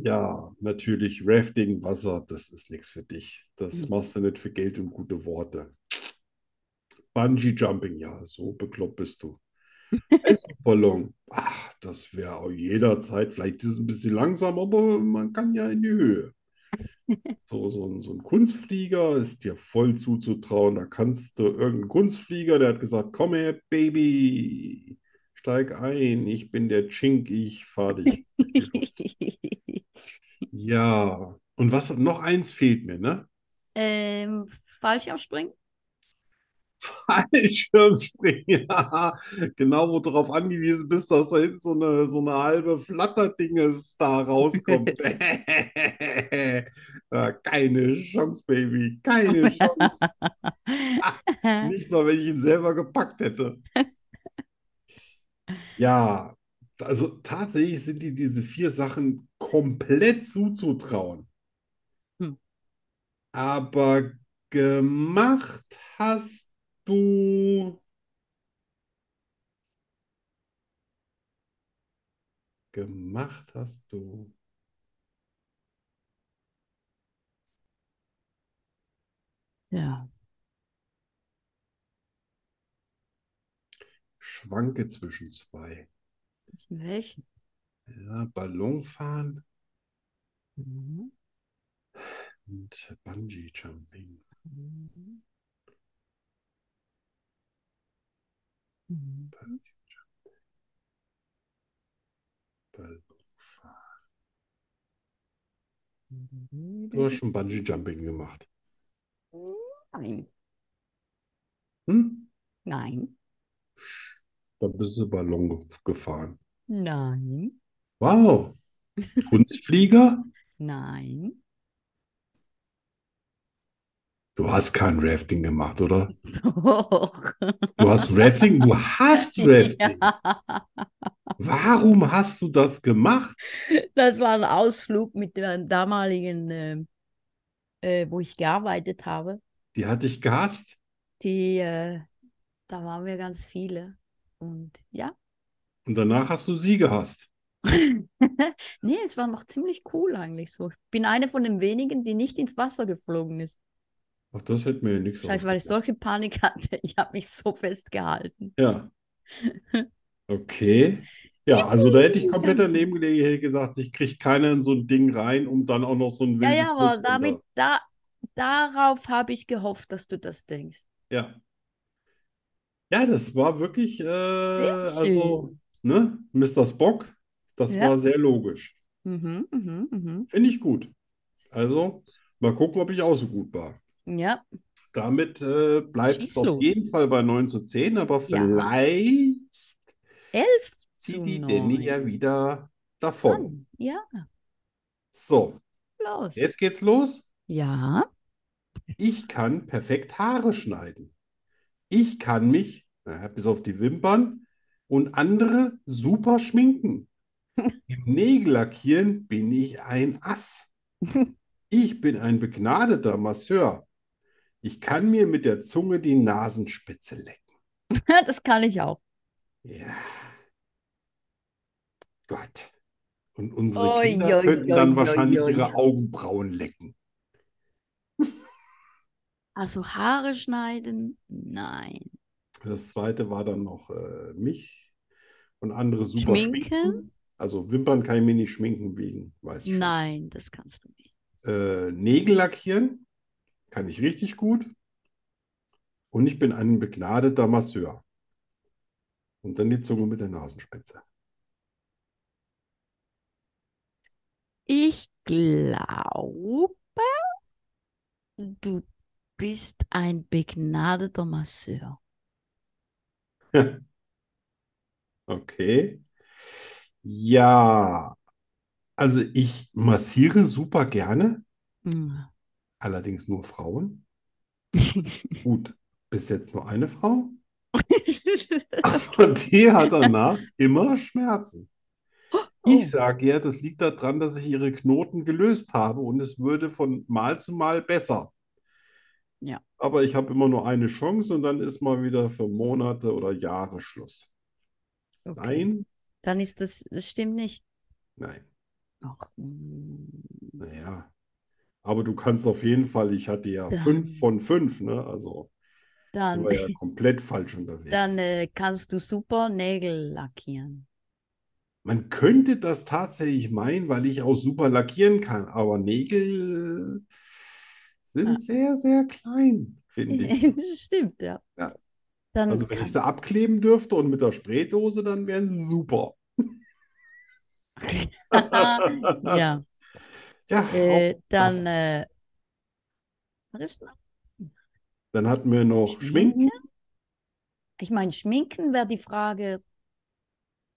[SPEAKER 2] Ja, natürlich, Rafting, Wasser, das ist nichts für dich. Das
[SPEAKER 1] Mhm.
[SPEAKER 2] machst du nicht für Geld und gute Worte. Bungee Jumping, ja, so bekloppt bist du. Heißluftballon, ach, das wäre auch jederzeit, vielleicht ist es ein bisschen langsam, aber man kann ja in die Höhe. So, so ein, so ein Kunstflieger ist dir voll zuzutrauen. Da kannst du irgendeinen Kunstflieger, der hat gesagt, komm her, Baby, steig ein, ich bin der Chink, ich fahr dich. Ja, und was noch eins fehlt mir, ne?
[SPEAKER 1] ähm, Fallschirmspringen?
[SPEAKER 2] Fallschirmspringen. Ja, genau, wo du darauf angewiesen bist, dass da hinten so eine, so eine halbe Flatterdinges da rauskommt. Ja, keine Chance, Baby, keine Chance. Nicht mal, wenn ich ihn selber gepackt hätte. Ja, also tatsächlich sind dir diese vier Sachen komplett zuzutrauen.
[SPEAKER 1] Hm.
[SPEAKER 2] Aber gemacht hast du. Gemacht hast du.
[SPEAKER 1] Ja.
[SPEAKER 2] Schwanke zwischen zwei.
[SPEAKER 1] Welchen?
[SPEAKER 2] Ja, Ballonfahren
[SPEAKER 1] Mhm.
[SPEAKER 2] und Bungee-Jumping.
[SPEAKER 1] Mhm. Mhm.
[SPEAKER 2] Ballonfahren. Du hast schon Bungee-Jumping gemacht.
[SPEAKER 1] Nein.
[SPEAKER 2] Hm?
[SPEAKER 1] Nein.
[SPEAKER 2] Da bist du Ballon ge- gefahren.
[SPEAKER 1] Nein.
[SPEAKER 2] Wow. Kunstflieger?
[SPEAKER 1] Nein.
[SPEAKER 2] Du hast kein Rafting gemacht, oder?
[SPEAKER 1] Doch.
[SPEAKER 2] Du hast Rafting? Du hast Rafting. Warum hast du das gemacht?
[SPEAKER 1] Das war ein Ausflug mit der damaligen ähm, äh, wo ich gearbeitet habe,
[SPEAKER 2] Die hatte ich gehasst.
[SPEAKER 1] die, äh, da waren wir ganz viele. Und ja,
[SPEAKER 2] Und danach hast du sie gehasst.
[SPEAKER 1] nee, es war noch ziemlich cool eigentlich so. Ich bin eine von den wenigen, die nicht ins Wasser geflogen ist.
[SPEAKER 2] Ach, das hätte mir ja nichts
[SPEAKER 1] Wahrscheinlich, weil ich
[SPEAKER 2] ausgemacht.
[SPEAKER 1] solche Panik hatte. Ich habe mich so festgehalten.
[SPEAKER 2] Ja. Okay. Ja, also da hätte ich komplett
[SPEAKER 1] Danke.
[SPEAKER 2] daneben gelegen, Ich hätte gesagt, ich kriege keiner in so ein Ding rein, um dann auch noch so ein
[SPEAKER 1] Ja,
[SPEAKER 2] wildes
[SPEAKER 1] ja, aber
[SPEAKER 2] Plus unter-
[SPEAKER 1] damit, da, darauf habe ich gehofft, dass du das denkst.
[SPEAKER 2] Ja. Ja, das war wirklich, äh,
[SPEAKER 1] Sehr
[SPEAKER 2] also, ne, Mr. Spock, das
[SPEAKER 1] Ja.
[SPEAKER 2] war sehr logisch.
[SPEAKER 1] Mhm, mhm, mhm.
[SPEAKER 2] Finde ich gut. Also, mal gucken, ob ich auch so gut war.
[SPEAKER 1] Ja,
[SPEAKER 2] Damit äh, bleibt es
[SPEAKER 1] Schieß
[SPEAKER 2] auf
[SPEAKER 1] los.
[SPEAKER 2] jeden Fall bei 9 zu 10, aber vielleicht
[SPEAKER 1] elf zu
[SPEAKER 2] zieht die Danny ja
[SPEAKER 1] neun.
[SPEAKER 2] wieder davon.
[SPEAKER 1] Mann, Ja,
[SPEAKER 2] So,
[SPEAKER 1] los.
[SPEAKER 2] jetzt geht's los.
[SPEAKER 1] Ja,
[SPEAKER 2] Ich kann perfekt Haare schneiden. Ich kann mich, naja, bis auf die Wimpern, und andere super schminken. Im Nägel lackieren bin ich ein Ass. Ich bin ein begnadeter Masseur. Ich kann mir mit der Zunge die Nasenspitze lecken.
[SPEAKER 1] das kann ich auch.
[SPEAKER 2] Ja. Gott. Und unsere
[SPEAKER 1] Oi,
[SPEAKER 2] Kinder
[SPEAKER 1] oi,
[SPEAKER 2] könnten dann
[SPEAKER 1] oi,
[SPEAKER 2] wahrscheinlich
[SPEAKER 1] oi.
[SPEAKER 2] ihre Augenbrauen lecken.
[SPEAKER 1] Also Haare schneiden? Nein.
[SPEAKER 2] Das zweite war dann noch äh, mich und andere super
[SPEAKER 1] Schminken?
[SPEAKER 2] Also Wimpern kann ich mir nicht schminken wegen, weiß ich schon.
[SPEAKER 1] Nein, das kannst du nicht.
[SPEAKER 2] Äh, Nägel lackieren kann ich richtig gut. Und ich bin ein begnadeter Masseur. Und dann die Zunge mit der Nasenspitze.
[SPEAKER 1] Ich glaube, du bist ein begnadeter Masseur.
[SPEAKER 2] Okay. Ja, also ich massiere super gerne,
[SPEAKER 1] Mhm.
[SPEAKER 2] allerdings nur Frauen. Gut, bis jetzt nur eine Frau. Aber die hat danach immer Schmerzen.
[SPEAKER 1] Oh.
[SPEAKER 2] Ich sage ja, das liegt daran, dass ich ihre Knoten gelöst habe und es würde von Mal zu Mal besser.
[SPEAKER 1] Ja.
[SPEAKER 2] Aber ich habe immer nur eine Chance und dann ist mal wieder für Monate oder Jahre Schluss.
[SPEAKER 1] Okay.
[SPEAKER 2] Nein,
[SPEAKER 1] Dann ist das, das stimmt nicht.
[SPEAKER 2] nein,
[SPEAKER 1] Ach, mm,
[SPEAKER 2] naja. Aber du kannst auf jeden Fall, ich hatte ja
[SPEAKER 1] Dann-
[SPEAKER 2] fünf von fünf, ne? Also ich
[SPEAKER 1] dann,
[SPEAKER 2] war ja komplett falsch unterwegs.
[SPEAKER 1] dann äh, kannst du super Nägel lackieren.
[SPEAKER 2] Man könnte das tatsächlich meinen, weil ich auch super lackieren kann, aber Nägel äh,
[SPEAKER 1] Ja.
[SPEAKER 2] sind sehr, sehr klein, finde ich.
[SPEAKER 1] Das stimmt, ja.
[SPEAKER 2] Ja.
[SPEAKER 1] Dann
[SPEAKER 2] Also wenn
[SPEAKER 1] kann,
[SPEAKER 2] ich sie abkleben dürfte und mit der Spraydose, dann wären sie super.
[SPEAKER 1] ja,
[SPEAKER 2] Ja, auch
[SPEAKER 1] äh,
[SPEAKER 2] das.
[SPEAKER 1] dann äh, was ist noch?
[SPEAKER 2] Dann hatten wir noch Schminken.
[SPEAKER 1] Ich meine, schminken wäre die Frage,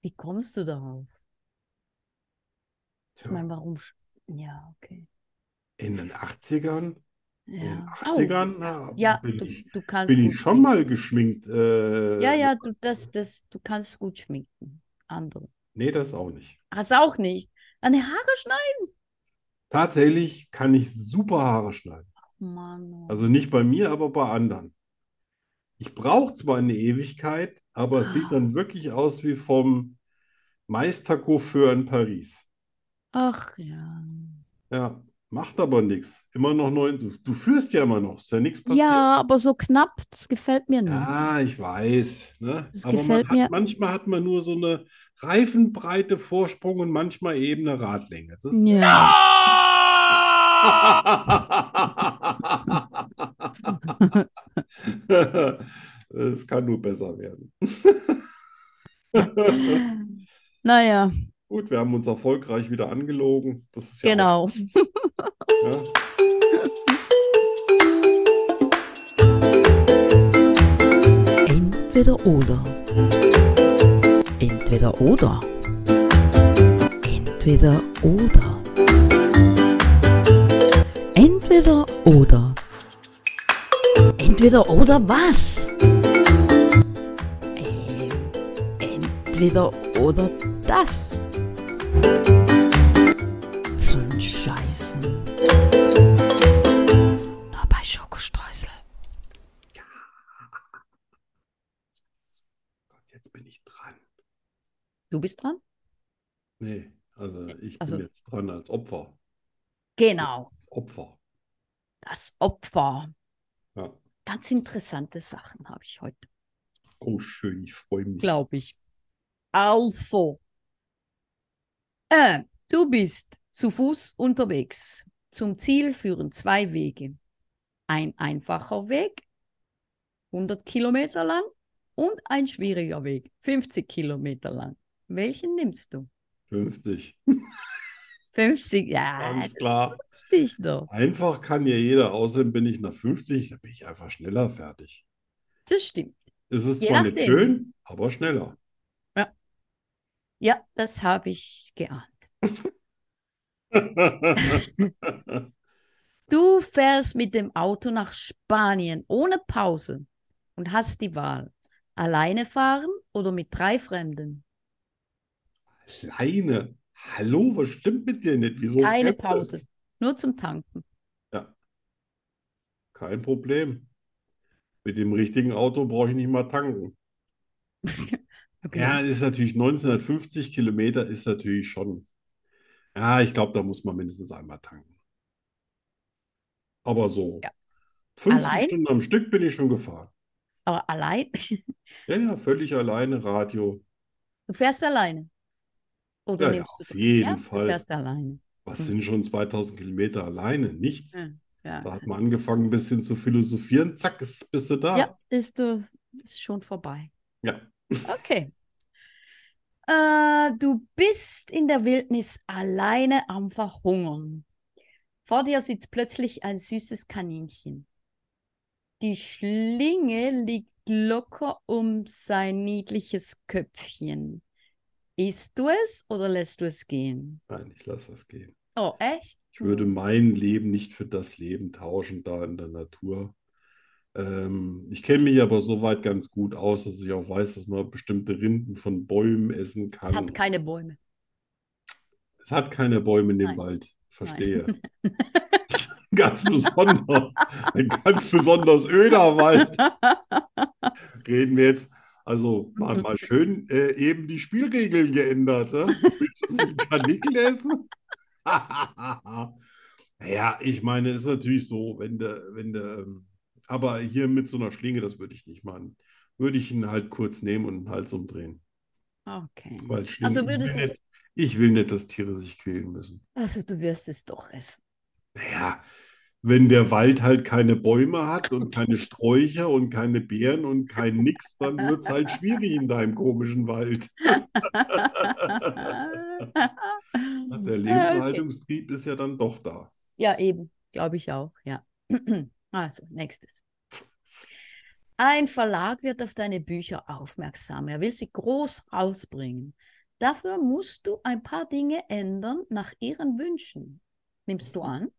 [SPEAKER 1] wie kommst du darauf? Ich
[SPEAKER 2] Tja,
[SPEAKER 1] meine, warum? sch- Ja, okay.
[SPEAKER 2] in den 80ern, in den
[SPEAKER 1] Ja. Au.
[SPEAKER 2] 80ern na,
[SPEAKER 1] Ja,
[SPEAKER 2] bin
[SPEAKER 1] du,
[SPEAKER 2] ich,
[SPEAKER 1] du kannst
[SPEAKER 2] bin
[SPEAKER 1] gut
[SPEAKER 2] ich schon mal geschminkt. Äh,
[SPEAKER 1] Ja, ja, du, das, das, du kannst gut schminken. Andere.
[SPEAKER 2] Nee, das auch nicht.
[SPEAKER 1] Hast auch nicht. An die Haare schneiden?
[SPEAKER 2] Tatsächlich kann ich super Haare schneiden.
[SPEAKER 1] Mann. oh
[SPEAKER 2] Also nicht bei mir, aber bei anderen. Ich brauche zwar eine Ewigkeit, aber es sieht dann wirklich aus wie vom Meistercoiffeur in Paris.
[SPEAKER 1] Ach ja.
[SPEAKER 2] Ja, macht aber nichts. Immer noch neun. Du, du führst ja immer noch. Ist ja nichts passiert.
[SPEAKER 1] Ja, aber so knapp, das gefällt mir nicht.
[SPEAKER 2] Ja, ich weiß. Ne?
[SPEAKER 1] Das
[SPEAKER 2] Aber man
[SPEAKER 1] gefällt
[SPEAKER 2] hat,
[SPEAKER 1] mir.
[SPEAKER 2] manchmal hat man nur so eine Reifenbreite Vorsprung und manchmal eben eine Radlänge. Das ist
[SPEAKER 1] Ja.
[SPEAKER 2] Es kann nur besser werden.
[SPEAKER 1] Naja,
[SPEAKER 2] Gut, wir haben uns erfolgreich wieder angelogen. Das ist ja
[SPEAKER 1] genau.
[SPEAKER 2] auch, ne?
[SPEAKER 3] Entweder oder. Entweder oder. Entweder oder. Entweder oder. Entweder oder was? Ähm, entweder oder das. Zum Scheißen.
[SPEAKER 1] Du bist dran?
[SPEAKER 2] Nee, also ich
[SPEAKER 1] also-
[SPEAKER 2] bin jetzt dran als Opfer.
[SPEAKER 1] Genau,
[SPEAKER 2] Als Opfer.
[SPEAKER 1] das Opfer.
[SPEAKER 2] Ja.
[SPEAKER 1] Ganz interessante Sachen habe ich heute,
[SPEAKER 2] Oh, schön, ich freue mich.
[SPEAKER 1] glaube ich. Also, äh, du bist zu Fuß unterwegs. Zum Ziel führen zwei Wege. Ein einfacher Weg, 100 Kilometer lang, und ein schwieriger Weg, 50 Kilometer lang. Welchen nimmst du?
[SPEAKER 2] 50.
[SPEAKER 1] 50, ja,
[SPEAKER 2] Ganz klar.
[SPEAKER 1] wusste ich doch.
[SPEAKER 2] Einfach kann ja jeder. Außerdem bin ich nach 50, da bin ich einfach schneller fertig.
[SPEAKER 1] Das stimmt.
[SPEAKER 2] Es ist
[SPEAKER 1] Je
[SPEAKER 2] zwar nicht
[SPEAKER 1] nachdem.
[SPEAKER 2] schön, aber schneller.
[SPEAKER 1] Ja, das habe ich geahnt. Du fährst mit dem Auto nach Spanien ohne Pause und hast die Wahl. Alleine fahren oder mit drei Fremden?
[SPEAKER 2] Alleine. Hallo, was stimmt mit dir nicht? Wieso
[SPEAKER 1] Keine
[SPEAKER 2] fährst du?
[SPEAKER 1] Pause, nur zum Tanken.
[SPEAKER 2] Kein Problem. Mit dem richtigen Auto brauche ich nicht mal tanken.
[SPEAKER 1] Genau.
[SPEAKER 2] Ja, das ist natürlich 1950 Kilometer ist natürlich schon. Ja, ich glaube, da muss man mindestens einmal tanken. Aber so.
[SPEAKER 1] Ja.
[SPEAKER 2] 50
[SPEAKER 1] Allein?
[SPEAKER 2] Stunden am Stück bin ich schon gefahren.
[SPEAKER 1] Aber allein?
[SPEAKER 2] Ja, ja, völlig alleine, Radio.
[SPEAKER 1] Du fährst alleine. Oder
[SPEAKER 2] Ja, ja,
[SPEAKER 1] nimmst
[SPEAKER 2] auf
[SPEAKER 1] du.
[SPEAKER 2] jeden
[SPEAKER 1] ja,
[SPEAKER 2] Fall.
[SPEAKER 1] Du fährst alleine.
[SPEAKER 2] Was sind schon 2000 Kilometer alleine? Nichts.
[SPEAKER 1] Ja, ja.
[SPEAKER 2] Da hat man angefangen, ein bisschen zu philosophieren. Zack, ist, bist du da.
[SPEAKER 1] Ja, ist, du, ist schon vorbei.
[SPEAKER 2] Ah. Ja.
[SPEAKER 1] Okay. Äh, du bist in der Wildnis alleine am Verhungern. Vor dir sitzt plötzlich ein süßes Kaninchen. Die Schlinge liegt locker um sein niedliches Köpfchen. Isst du es oder lässt du es gehen?
[SPEAKER 2] Nein, ich lasse das gehen.
[SPEAKER 1] Oh, echt?
[SPEAKER 2] Ich würde mein Leben nicht für das Leben tauschen, da in der Natur. Ähm, ich kenne mich aber soweit ganz gut aus, dass ich auch weiß, dass man bestimmte Rinden von Bäumen essen
[SPEAKER 1] Es hat
[SPEAKER 2] kann.
[SPEAKER 1] keine Bäume.
[SPEAKER 2] Es hat keine Bäume in dem
[SPEAKER 1] Nein.
[SPEAKER 2] Wald, verstehe. Ganz besonder, ein ganz besonders öder Wald. Reden wir jetzt, also mal, mal schön äh, eben die Spielregeln geändert. Ne? Willst du einen Kanickel essen? Naja, ich meine, es ist natürlich so, wenn der, wenn der, ähm, aber hier mit so einer Schlinge, das würde ich nicht machen. Würde ich ihn halt kurz nehmen und den Hals umdrehen.
[SPEAKER 1] Okay.
[SPEAKER 2] Weil Schlingen,
[SPEAKER 1] Also
[SPEAKER 2] ich will
[SPEAKER 1] würdest du es-
[SPEAKER 2] nicht, ich will nicht, dass Tiere sich quälen müssen.
[SPEAKER 1] Also du wirst es doch essen.
[SPEAKER 2] Naja, wenn der Wald halt keine Bäume hat und keine Sträucher und keine Beeren und kein Nix, dann wird es halt schwierig in deinem komischen Wald. Der
[SPEAKER 1] Ah, Okay.
[SPEAKER 2] Lebenshaltungstrieb ist ja dann doch da.
[SPEAKER 1] Ja, eben, glaube ich auch, ja. Also, nächstes. Ein Verlag wird auf deine Bücher aufmerksam. Er will sie groß rausbringen. Dafür musst du ein paar Dinge ändern nach ihren Wünschen. Nimmst du an?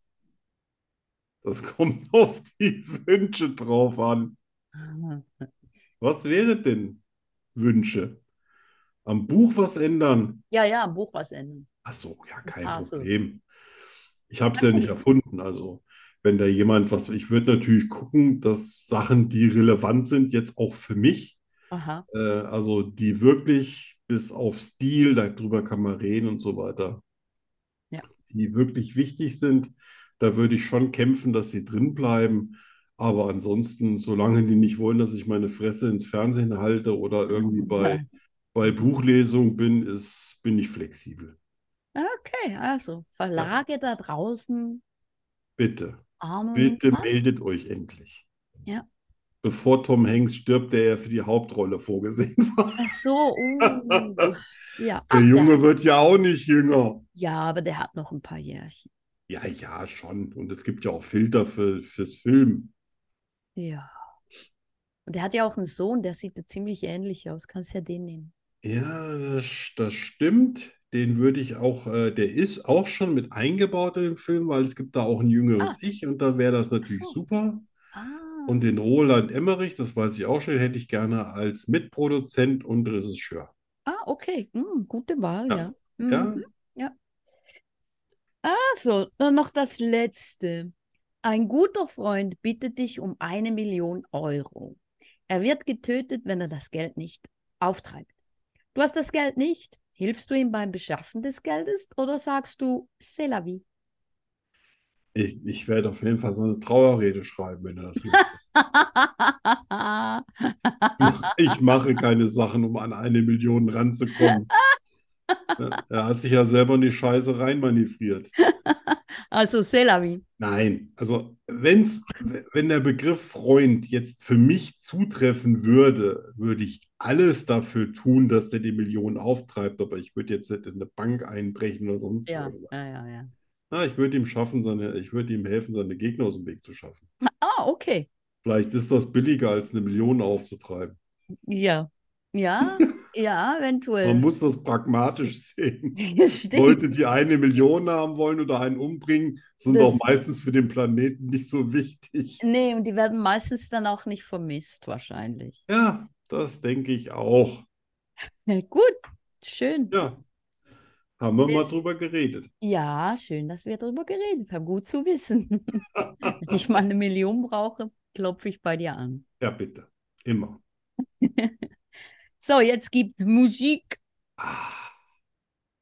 [SPEAKER 2] Das kommt auf die Wünsche drauf an. Was wäre denn Wünsche? Am Buch was ändern?
[SPEAKER 1] Ja, ja, am Buch was ändern.
[SPEAKER 2] Ach so, ja, kein
[SPEAKER 1] Ach so.
[SPEAKER 2] Problem. Ich habe es
[SPEAKER 1] Kein
[SPEAKER 2] ja nicht erfunden. Also, wenn da jemand was, ich würde natürlich gucken, dass Sachen, die relevant sind, jetzt auch für mich,
[SPEAKER 1] Aha.
[SPEAKER 2] äh, also die wirklich bis auf Stil, darüber kann man reden und so weiter,
[SPEAKER 1] Ja.
[SPEAKER 2] die wirklich wichtig sind, da würde ich schon kämpfen, dass sie drin bleiben. Aber ansonsten, solange die nicht wollen, dass ich meine Fresse ins Fernsehen halte oder irgendwie bei, bei Buchlesung bin, ist, bin ich flexibel.
[SPEAKER 1] Okay, also Verlage da draußen,
[SPEAKER 2] Bitte.
[SPEAKER 1] Arno nimmt
[SPEAKER 2] Bitte
[SPEAKER 1] an.
[SPEAKER 2] meldet euch endlich.
[SPEAKER 1] Mhm. Ja.
[SPEAKER 2] Bevor Tom Hanks stirbt, der ja für die Hauptrolle vorgesehen war.
[SPEAKER 1] Ach so, uh. Ja, ach,
[SPEAKER 2] Der
[SPEAKER 1] der
[SPEAKER 2] Junge
[SPEAKER 1] hat,
[SPEAKER 2] wird ja auch nicht jünger.
[SPEAKER 1] ja, aber der hat noch ein paar Jährchen.
[SPEAKER 2] Ja, ja, schon. Und es gibt ja auch Filter für, fürs Film.
[SPEAKER 1] Ja. Und der hat ja auch einen Sohn, der sieht da ziemlich ähnlich aus. Kannst ja den nehmen.
[SPEAKER 2] Ja, das, das stimmt. Den würde ich auch, äh, der ist auch schon mit eingebaut in den Film, weil es gibt da auch ein jüngeres
[SPEAKER 1] Ah.
[SPEAKER 2] Ich und da wäre das natürlich
[SPEAKER 1] Ach so.
[SPEAKER 2] super.
[SPEAKER 1] Ah,
[SPEAKER 2] Und den Roland Emmerich, das weiß ich auch schon, hätte ich gerne als Mitproduzent und Regisseur.
[SPEAKER 1] ah okay. Hm, gute Wahl,
[SPEAKER 2] Ja.
[SPEAKER 1] ja.
[SPEAKER 2] Ja,
[SPEAKER 1] Mhm. Also, dann noch das Letzte. Ein guter Freund bittet dich um eine Million Euro. Er wird getötet, wenn er das Geld nicht auftreibt. Du hast das Geld nicht, Hilfst du ihm beim Beschaffen des Geldes oder sagst du c'est la vie?
[SPEAKER 2] Ich, ich werde auf jeden Fall so eine Trauerrede schreiben, wenn er das macht. Ich mache keine Sachen, um an eine Million ranzukommen. Ja, Er hat sich ja selber in die Scheiße reinmanövriert.
[SPEAKER 1] also c'est la vie.
[SPEAKER 2] Nein, also wenn's, wenn der Begriff Freund jetzt für mich zutreffen würde, würde ich alles dafür tun, dass der die Millionen auftreibt. Aber ich würde jetzt nicht in eine Bank einbrechen oder sonst
[SPEAKER 1] Ja,
[SPEAKER 2] irgendwas.
[SPEAKER 1] ja, ja, ja.
[SPEAKER 2] Na, ich würde ihm schaffen, seine, ich würde ihm helfen, seine Gegner aus dem Weg zu schaffen.
[SPEAKER 1] Ah, okay.
[SPEAKER 2] Vielleicht ist das billiger, als eine Million aufzutreiben.
[SPEAKER 1] Ja. Ja, ja, eventuell.
[SPEAKER 2] Man muss das pragmatisch sehen.
[SPEAKER 1] Stimmt.
[SPEAKER 2] Leute, die eine Million haben wollen oder einen umbringen, sind
[SPEAKER 1] Das-
[SPEAKER 2] auch meistens für den Planeten nicht so wichtig.
[SPEAKER 1] Nee, und die werden meistens dann auch nicht vermisst, wahrscheinlich.
[SPEAKER 2] Ja, das denke ich auch.
[SPEAKER 1] Na gut, schön.
[SPEAKER 2] Ja, haben wir mal
[SPEAKER 1] Bis-
[SPEAKER 2] drüber geredet.
[SPEAKER 1] Ja, schön, dass wir darüber geredet haben. Gut zu wissen. Wenn ich mal eine Million brauche, klopfe ich bei dir an.
[SPEAKER 2] Ja, bitte. Immer.
[SPEAKER 1] So, jetzt gibt's Musik.
[SPEAKER 2] Ah,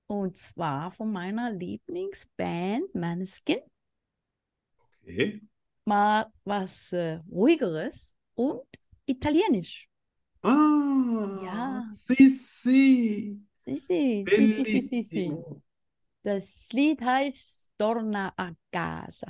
[SPEAKER 1] Und zwar von meiner Lieblingsband Maneskin.
[SPEAKER 2] okay.
[SPEAKER 1] Mal was äh, ruhigeres und italienisch.
[SPEAKER 2] Ah,
[SPEAKER 1] Ja.
[SPEAKER 2] Sissi.
[SPEAKER 1] Si, si, si, si, si, si.
[SPEAKER 2] Bellissimo.
[SPEAKER 1] Das Lied heißt Torna a casa.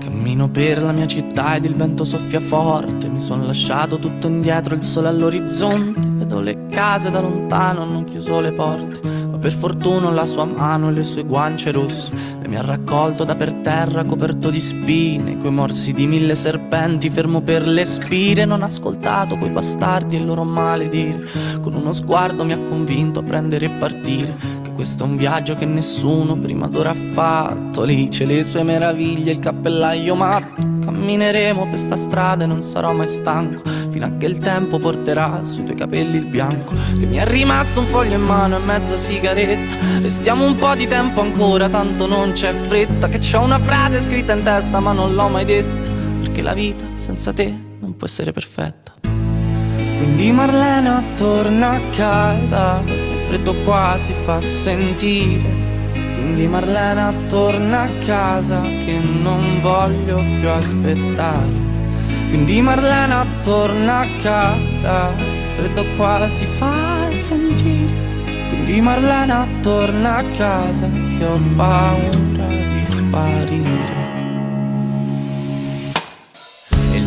[SPEAKER 4] Cammino per la mia città ed il vento soffia forte. Mi sono lasciato tutto indietro, il sole all'orizzonte. Vedo le case da lontano, hanno chiuso le porte. Ma per fortuna ho la sua mano e le sue guance rosse. E mi ha raccolto da per terra, coperto di spine. Coi morsi di mille serpenti, fermo per le spine. Non ho ascoltato quei bastardi e il loro maledire. Con uno sguardo mi ha convinto a prendere e partire. Che questo è un viaggio che nessuno prima d'ora ha fatto. Lì c'è le sue meraviglie, il cappellaio matto. Cammineremo per sta strada e non sarò mai stanco. Fino a che il tempo porterà sui tuoi capelli il bianco. Che mi è rimasto un foglio in mano e mezza sigaretta. Restiamo un po' di tempo ancora, tanto non c'è fretta. Che c'ho una frase scritta in testa, ma non l'ho mai detta. Perché la vita senza te non può essere perfetta. Quindi Marlena torna a casa, che il freddo qua si fa sentire. Quindi Marlena torna a casa, che non voglio più aspettare. Quindi Marlena torna a casa, che il freddo qua si fa sentire. Quindi Marlena torna a casa, che ho paura di sparire. E il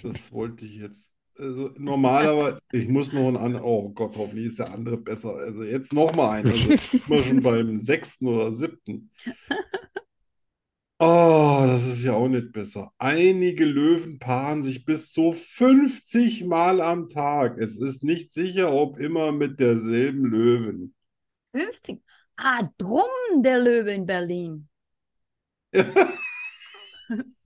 [SPEAKER 2] Das wollte ich jetzt. Also normalerweise, ich muss noch einen anderen. Oh Gott, hoffentlich ist der andere besser. Also jetzt noch mal einen. Also jetzt sind wir schon beim sechsten oder siebten. Oh, das ist ja auch nicht besser. Einige Löwen paaren sich bis zu 50 Mal am Tag. Es ist nicht sicher, ob immer mit derselben Löwen.
[SPEAKER 1] 50. Ah, drum der Löwe in Berlin.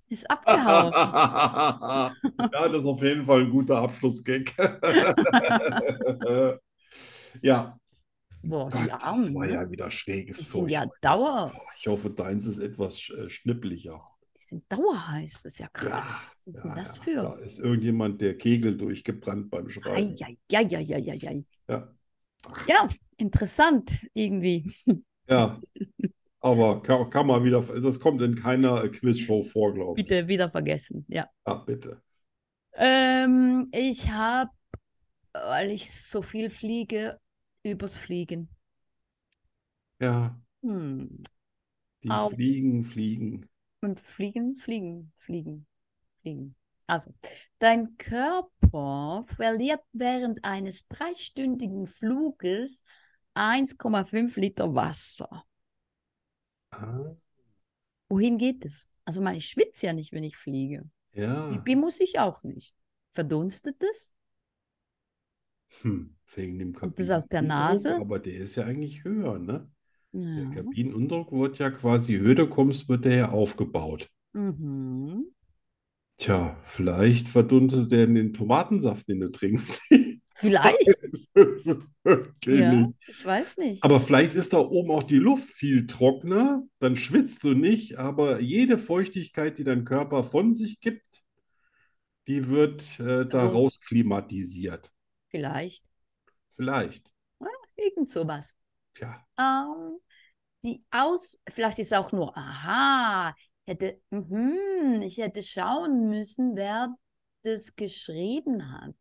[SPEAKER 1] Ist abgehauen.
[SPEAKER 2] Ja, das ist auf jeden Fall ein guter Abschlussgag. Ja,
[SPEAKER 1] Boah,
[SPEAKER 2] Gott,
[SPEAKER 1] die
[SPEAKER 2] das
[SPEAKER 1] Armen,
[SPEAKER 2] war
[SPEAKER 1] ne?
[SPEAKER 2] ja wieder schräges
[SPEAKER 1] Die sind
[SPEAKER 2] Zeug.
[SPEAKER 1] ja Dauer,
[SPEAKER 2] Ich hoffe, deins ist etwas sch- äh, schnipplicher.
[SPEAKER 1] die sind dauerheiß. Das ist ja
[SPEAKER 2] Ja,
[SPEAKER 1] krass. Was ist denn
[SPEAKER 2] ja,
[SPEAKER 1] das
[SPEAKER 2] ja.
[SPEAKER 1] für?
[SPEAKER 2] Da ist irgendjemand der Kegel durchgebrannt beim Schreiben.
[SPEAKER 1] Eieieiei.
[SPEAKER 2] Ja.
[SPEAKER 1] Ja, interessant irgendwie.
[SPEAKER 2] Ja, aber kann, kann man wieder, das kommt in keiner Quizshow vor, glaube ich.
[SPEAKER 1] Bitte wieder vergessen. Ja.
[SPEAKER 2] Ja, bitte.
[SPEAKER 1] Ähm, ich habe, weil ich so viel fliege, übers Fliegen.
[SPEAKER 2] Ja,
[SPEAKER 1] Hm.
[SPEAKER 2] die
[SPEAKER 1] Auf-
[SPEAKER 2] fliegen, fliegen.
[SPEAKER 1] Und fliegen, fliegen, fliegen, fliegen. Also, dein Körper verliert während eines dreistündigen Fluges 1,5 Liter Wasser.
[SPEAKER 2] Ah,
[SPEAKER 1] Wohin geht es? Also, man, ich schwitze ja nicht, wenn ich fliege.
[SPEAKER 2] ja.
[SPEAKER 1] Pipi muss ich auch nicht. Verdunstet es?
[SPEAKER 2] Hm, wegen dem
[SPEAKER 1] Kommt das aus der
[SPEAKER 2] Kabinendruck,
[SPEAKER 1] Nase?
[SPEAKER 2] aber der ist ja eigentlich höher, ne? Der
[SPEAKER 1] Ja.
[SPEAKER 2] Kabinendruck wird ja quasi, höher du kommst, wird der ja aufgebaut.
[SPEAKER 1] Mhm.
[SPEAKER 2] Tja, vielleicht verdunstet der in den Tomatensaft, den du trinkst.
[SPEAKER 1] Vielleicht,
[SPEAKER 2] Wirklich
[SPEAKER 1] ja,
[SPEAKER 2] nicht.
[SPEAKER 1] ich weiß nicht.
[SPEAKER 2] Aber vielleicht ist da oben auch die Luft viel trockener, dann schwitzt du nicht, aber jede Feuchtigkeit, die dein Körper von sich gibt, die wird äh, da
[SPEAKER 1] Verdunst.
[SPEAKER 2] rausklimatisiert.
[SPEAKER 1] Vielleicht.
[SPEAKER 2] Vielleicht.
[SPEAKER 1] Irgend sowas.
[SPEAKER 2] Tja,
[SPEAKER 1] Ähm, die Aus, vielleicht ist auch nur, aha, hätte, mhm, ich hätte schauen müssen, wer das geschrieben hat.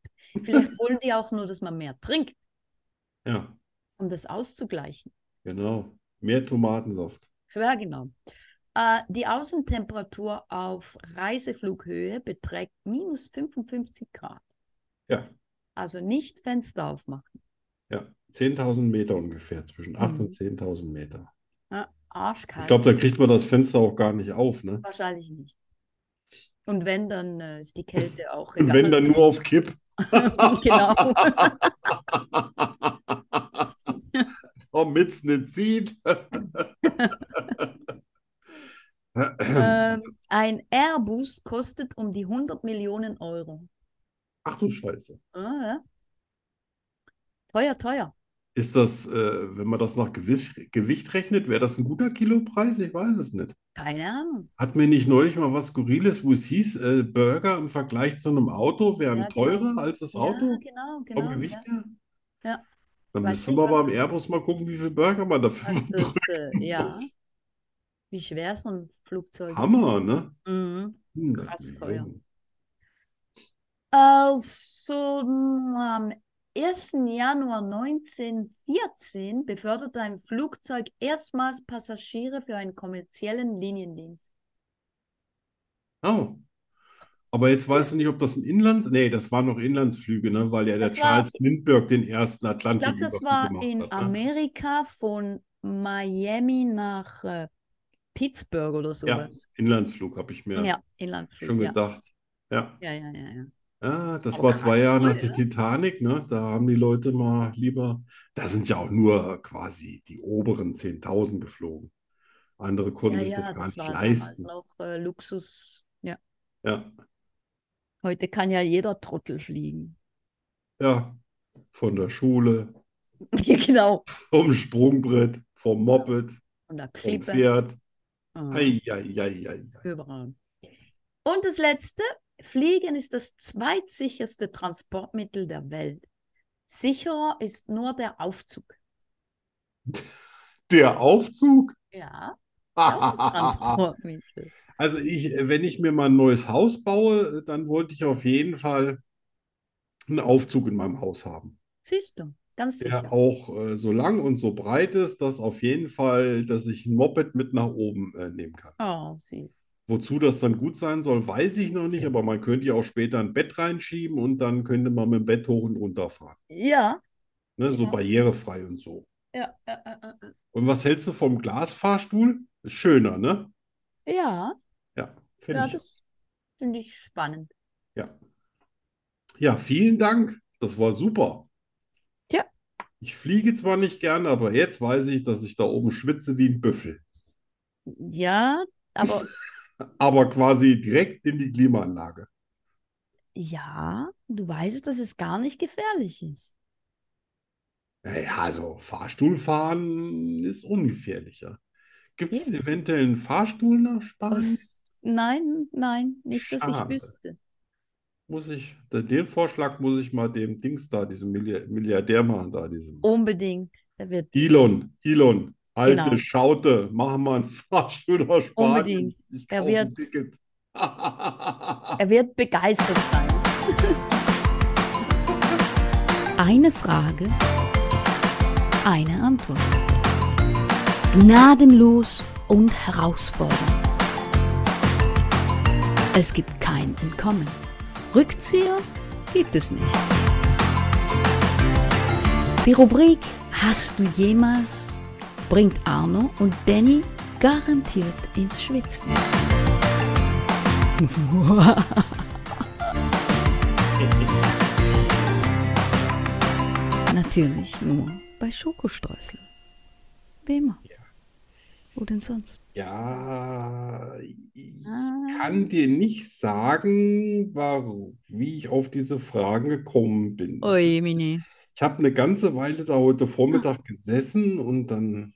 [SPEAKER 1] Vielleicht wollen die auch nur, dass man mehr trinkt,
[SPEAKER 2] ja,
[SPEAKER 1] um das auszugleichen.
[SPEAKER 2] genau. Mehr Tomatensaft.
[SPEAKER 1] Ja, genau. Äh, die Außentemperatur auf Reiseflughöhe beträgt minus 55 Grad.
[SPEAKER 2] Ja.
[SPEAKER 1] Also nicht Fenster aufmachen.
[SPEAKER 2] Ja, 10.000 Meter ungefähr, zwischen 8
[SPEAKER 1] Mhm.
[SPEAKER 2] und 10.000 Meter.
[SPEAKER 1] Ja,
[SPEAKER 2] Ich
[SPEAKER 1] arschkalt.
[SPEAKER 2] glaube, da kriegt man das Fenster auch gar nicht auf, ne?
[SPEAKER 1] Wahrscheinlich nicht. Und wenn, dann äh, ist die Kälte auch
[SPEAKER 2] Und
[SPEAKER 1] egal.
[SPEAKER 2] wenn, dann nur auf Kipp.
[SPEAKER 1] Genau.
[SPEAKER 2] Damit es nicht sieht.
[SPEAKER 1] Ähm, ein Airbus kostet um die 100 Millionen Euro.
[SPEAKER 2] Ach du Scheiße.
[SPEAKER 1] Ah, ja. Teuer, teuer.
[SPEAKER 2] Ist das, äh, wenn man das nach Gewicht, Gewicht rechnet, wäre das ein guter Kilopreis? Ich weiß es nicht.
[SPEAKER 1] Keine Ahnung.
[SPEAKER 2] Hat mir nicht neulich mal was Skurriles, wo es hieß, äh, Burger im Vergleich zu einem Auto wären
[SPEAKER 1] Ja, genau.
[SPEAKER 2] teurer als das
[SPEAKER 1] Ja,
[SPEAKER 2] Auto?
[SPEAKER 1] genau,
[SPEAKER 2] Vom
[SPEAKER 1] genau.
[SPEAKER 2] Gewicht
[SPEAKER 1] Ja.
[SPEAKER 2] her?
[SPEAKER 1] Ja.
[SPEAKER 2] Dann
[SPEAKER 1] Weiß
[SPEAKER 2] müsste
[SPEAKER 1] nicht,
[SPEAKER 2] man aber
[SPEAKER 1] was
[SPEAKER 2] am
[SPEAKER 1] es-
[SPEAKER 2] Airbus mal gucken, wie viel Burger man dafür
[SPEAKER 1] Was das, äh, ja.
[SPEAKER 2] muss.
[SPEAKER 1] Wie schwer so ein Flugzeug ist.
[SPEAKER 2] Hammer, ne?
[SPEAKER 1] Mhm.
[SPEAKER 2] 100
[SPEAKER 1] Krass
[SPEAKER 2] Millionen.
[SPEAKER 1] Also m, am 1. Januar 1914 beförderte ein Flugzeug erstmals Passagiere für einen kommerziellen Liniendienst.
[SPEAKER 2] Oh. Aber jetzt weißt du nicht, ob das ein Inlands... Nee, das waren noch Inlandsflüge, ne? Weil ja der
[SPEAKER 1] Das war-
[SPEAKER 2] Charles Lindbergh den ersten
[SPEAKER 1] Ich glaube, das
[SPEAKER 2] Atlantiküberflug
[SPEAKER 1] war
[SPEAKER 2] gemacht
[SPEAKER 1] in
[SPEAKER 2] hat, ne?
[SPEAKER 1] Amerika von Miami nach äh, Pittsburgh oder
[SPEAKER 2] Ja,
[SPEAKER 1] sowas.
[SPEAKER 2] Inlandsflug habe ich mir
[SPEAKER 1] Ja, Inlandflug.
[SPEAKER 2] schon
[SPEAKER 1] ja.
[SPEAKER 2] gedacht. Ja.
[SPEAKER 1] Ja, ja, ja, ja.
[SPEAKER 2] Ah, das
[SPEAKER 1] Aber
[SPEAKER 2] war
[SPEAKER 1] krass,
[SPEAKER 2] zwei Jahre nach
[SPEAKER 1] voll,
[SPEAKER 2] der
[SPEAKER 1] ne?
[SPEAKER 2] Titanic, ne? Da haben die Leute mal lieber... Da sind ja auch nur quasi die oberen 10.000 geflogen. Andere konnten
[SPEAKER 1] Ja,
[SPEAKER 2] sich das
[SPEAKER 1] ja,
[SPEAKER 2] gar
[SPEAKER 1] das
[SPEAKER 2] nicht
[SPEAKER 1] war damals
[SPEAKER 2] leisten.
[SPEAKER 1] auch äh, Luxus. Ja.
[SPEAKER 2] Ja.
[SPEAKER 1] Heute kann ja jeder Trottel fliegen.
[SPEAKER 2] Ja, von der Schule,
[SPEAKER 1] Ja, genau.
[SPEAKER 2] vom Sprungbrett, vom Moped,
[SPEAKER 1] Und der
[SPEAKER 2] vom
[SPEAKER 1] Klippe.
[SPEAKER 2] Pferd.
[SPEAKER 1] Ah,
[SPEAKER 2] Ei, ei, ei, ei.
[SPEAKER 1] überall. Und das letzte, Fliegen ist das zweitsicherste Transportmittel der Welt. Sicherer ist nur der Aufzug.
[SPEAKER 2] Der Aufzug?
[SPEAKER 1] Ja, auch ein Transportmittel.
[SPEAKER 2] Also ich, wenn ich mir mal ein neues Haus baue, dann wollte ich auf jeden Fall einen Aufzug in meinem Haus haben,
[SPEAKER 1] Siehst du, ganz
[SPEAKER 2] der
[SPEAKER 1] sicher.
[SPEAKER 2] auch äh, so lang und so breit ist, dass auf jeden Fall, dass ich ein Moped mit nach oben äh, nehmen kann.
[SPEAKER 1] Oh, süß.
[SPEAKER 2] Wozu das dann gut sein soll, weiß ich noch nicht, aber man könnte ja auch später ein Bett reinschieben und dann könnte man mit dem Bett hoch und runter fahren.
[SPEAKER 1] Ja.
[SPEAKER 2] Ne? So
[SPEAKER 1] Ja.
[SPEAKER 2] barrierefrei und so.
[SPEAKER 1] Ja, ja, ja,
[SPEAKER 2] Und was hältst du vom Glasfahrstuhl? Ist schöner, ne?
[SPEAKER 1] ja. ja,
[SPEAKER 2] Ja, finde
[SPEAKER 1] ja
[SPEAKER 2] ich.
[SPEAKER 1] das finde ich spannend.
[SPEAKER 2] Ja. Ja, vielen Dank. Das war super.
[SPEAKER 1] Tja.
[SPEAKER 2] Ich fliege zwar nicht gerne, aber jetzt weiß ich, dass ich da oben schwitze wie ein Büffel.
[SPEAKER 1] Ja, aber
[SPEAKER 2] Aber quasi direkt in die Klimaanlage.
[SPEAKER 1] ja, du weißt, dass es gar nicht gefährlich ist.
[SPEAKER 2] Naja, also Fahrstuhlfahren ist ungefährlicher. Gibt es
[SPEAKER 1] Eben.
[SPEAKER 2] eventuell einen Fahrstuhl nach Spanien?
[SPEAKER 1] Aus- Nein, nein, nicht, dass ich
[SPEAKER 2] Schade.
[SPEAKER 1] wüsste.
[SPEAKER 2] Muss ich, den Vorschlag muss ich mal dem Dings da, diesem Milli- Milliardär machen, da, diesem.
[SPEAKER 1] Oh. Unbedingt. Er wird
[SPEAKER 2] Elon, Elon, alte
[SPEAKER 1] Genau.
[SPEAKER 2] Schaute, mach mal einen Fahrstuhl nach Spanien.
[SPEAKER 1] Unbedingt.
[SPEAKER 2] Ich
[SPEAKER 1] Er
[SPEAKER 2] kaufe ein
[SPEAKER 1] wird-
[SPEAKER 2] Ticket.
[SPEAKER 1] Er wird begeistert sein.
[SPEAKER 3] Eine Frage, eine Antwort. Gnadenlos und herausfordernd. Es gibt kein Entkommen. Rückzieher gibt es nicht. Die Rubrik Hast du jemals bringt Arno und Danny garantiert ins Schwitzen. Natürlich nur bei Schokostreusel. Wie immer. Wo denn sonst?
[SPEAKER 2] Ja, ich
[SPEAKER 1] Ah.
[SPEAKER 2] kann dir nicht sagen, warum, wie ich auf diese Fragen gekommen bin. Das ist-
[SPEAKER 1] Mini.
[SPEAKER 2] Ich habe eine ganze Weile da heute Vormittag gesessen und dann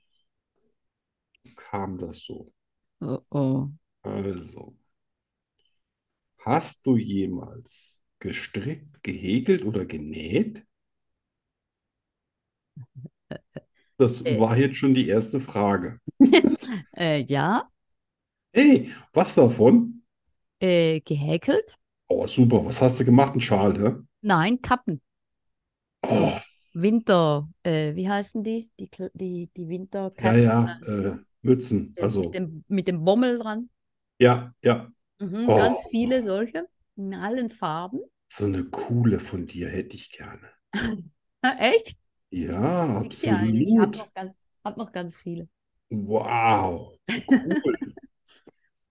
[SPEAKER 2] kam das so.
[SPEAKER 1] Oh, oh.
[SPEAKER 2] Also, hast du jemals gestrickt, gehäkelt oder genäht? Das
[SPEAKER 1] Äh.
[SPEAKER 2] war jetzt schon die erste Frage.
[SPEAKER 1] Äh, ja,
[SPEAKER 2] Hey, was davon?
[SPEAKER 1] äh, gehäkelt?
[SPEAKER 2] Oh, super. Was hast du gemacht? Ein Schal, hä?
[SPEAKER 1] Nein, Kappen.
[SPEAKER 2] Oh,
[SPEAKER 1] Winter, äh, wie heißen die? Die, Kl- die, die
[SPEAKER 2] ja,
[SPEAKER 1] Winterkappen.
[SPEAKER 2] ja,
[SPEAKER 1] sagen so.
[SPEAKER 2] äh, Mützen. Also,
[SPEAKER 1] Mit dem, mit dem Bommel dran.
[SPEAKER 2] ja, ja.
[SPEAKER 1] Mhm,
[SPEAKER 2] Oh.
[SPEAKER 1] Ganz viele solche. In allen Farben.
[SPEAKER 2] So eine coole von dir hätte ich gerne.
[SPEAKER 1] Ah, echt?
[SPEAKER 2] Ja,
[SPEAKER 1] Krieg die eine. Ich habe
[SPEAKER 2] absolut.
[SPEAKER 1] noch, ganz- hab noch ganz viele.
[SPEAKER 2] Wow, cool.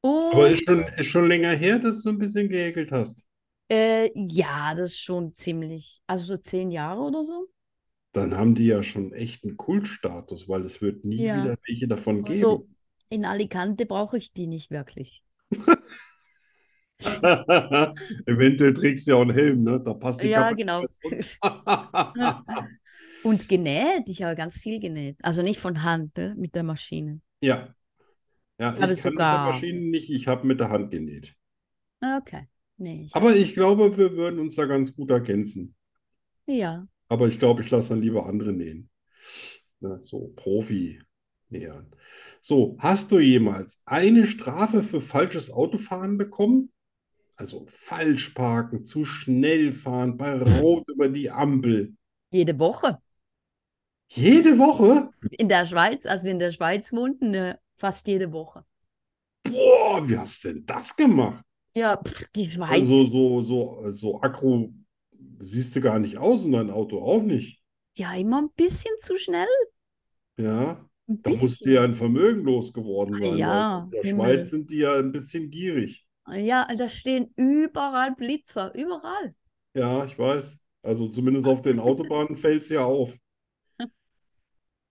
[SPEAKER 2] Aber
[SPEAKER 1] Und
[SPEAKER 2] ist schon, ist schon länger her, dass du ein bisschen gehäkelt hast.
[SPEAKER 1] äh, ja, das ist schon ziemlich, also so zehn Jahre oder so.
[SPEAKER 2] Dann haben die ja schon echt einen Kultstatus, weil es wird nie
[SPEAKER 1] Ja.
[SPEAKER 2] wieder welche davon
[SPEAKER 1] Also-
[SPEAKER 2] geben.
[SPEAKER 1] In Alicante brauche ich die nicht wirklich.
[SPEAKER 2] Eventuell trägst du ja auch einen Helm, ne? Da passt die
[SPEAKER 1] Ja,
[SPEAKER 2] Kappe
[SPEAKER 1] genau.
[SPEAKER 2] nicht mehr drunter.
[SPEAKER 1] Und genäht, ich habe ganz viel genäht. Also nicht von Hand, ne? Mit der Maschine.
[SPEAKER 2] Ja. Ja, ich
[SPEAKER 1] Ich habe
[SPEAKER 2] kann mit der
[SPEAKER 1] sogar-
[SPEAKER 2] Maschine nicht, ich habe mit der Hand genäht.
[SPEAKER 1] Ah, Okay. Nee, ich,
[SPEAKER 2] Aber ich glaube, wir würden uns da ganz gut ergänzen.
[SPEAKER 1] ja.
[SPEAKER 2] Aber ich glaube, ich lasse dann lieber andere nähen. Ne, so Profi nähern. So, hast du jemals eine Strafe für falsches Autofahren bekommen? Also falsch parken, zu schnell fahren, bei Rot über die Ampel.
[SPEAKER 1] Jede Woche.
[SPEAKER 2] Jede Woche?
[SPEAKER 1] In der Schweiz, als wir in der Schweiz wohnten, ne? Fast jede Woche.
[SPEAKER 2] Boah, wie hast du denn das gemacht?
[SPEAKER 1] Ja, pff, die Schweiz.
[SPEAKER 2] Also so, so, so aggro siehst du gar nicht aus und dein Auto auch nicht.
[SPEAKER 1] Ja, immer ein bisschen zu schnell.
[SPEAKER 2] Ja,
[SPEAKER 1] Ein
[SPEAKER 2] da musst du
[SPEAKER 1] bisschen.
[SPEAKER 2] ja ein Vermögen losgeworden
[SPEAKER 1] Ah,
[SPEAKER 2] sein, weil
[SPEAKER 1] ja,
[SPEAKER 2] in der
[SPEAKER 1] Himmel.
[SPEAKER 2] Schweiz sind die ja ein bisschen gierig.
[SPEAKER 1] Ja, da stehen überall Blitzer, überall.
[SPEAKER 2] Ja, ich weiß. Also zumindest auf den Autobahnen fällt es ja auf.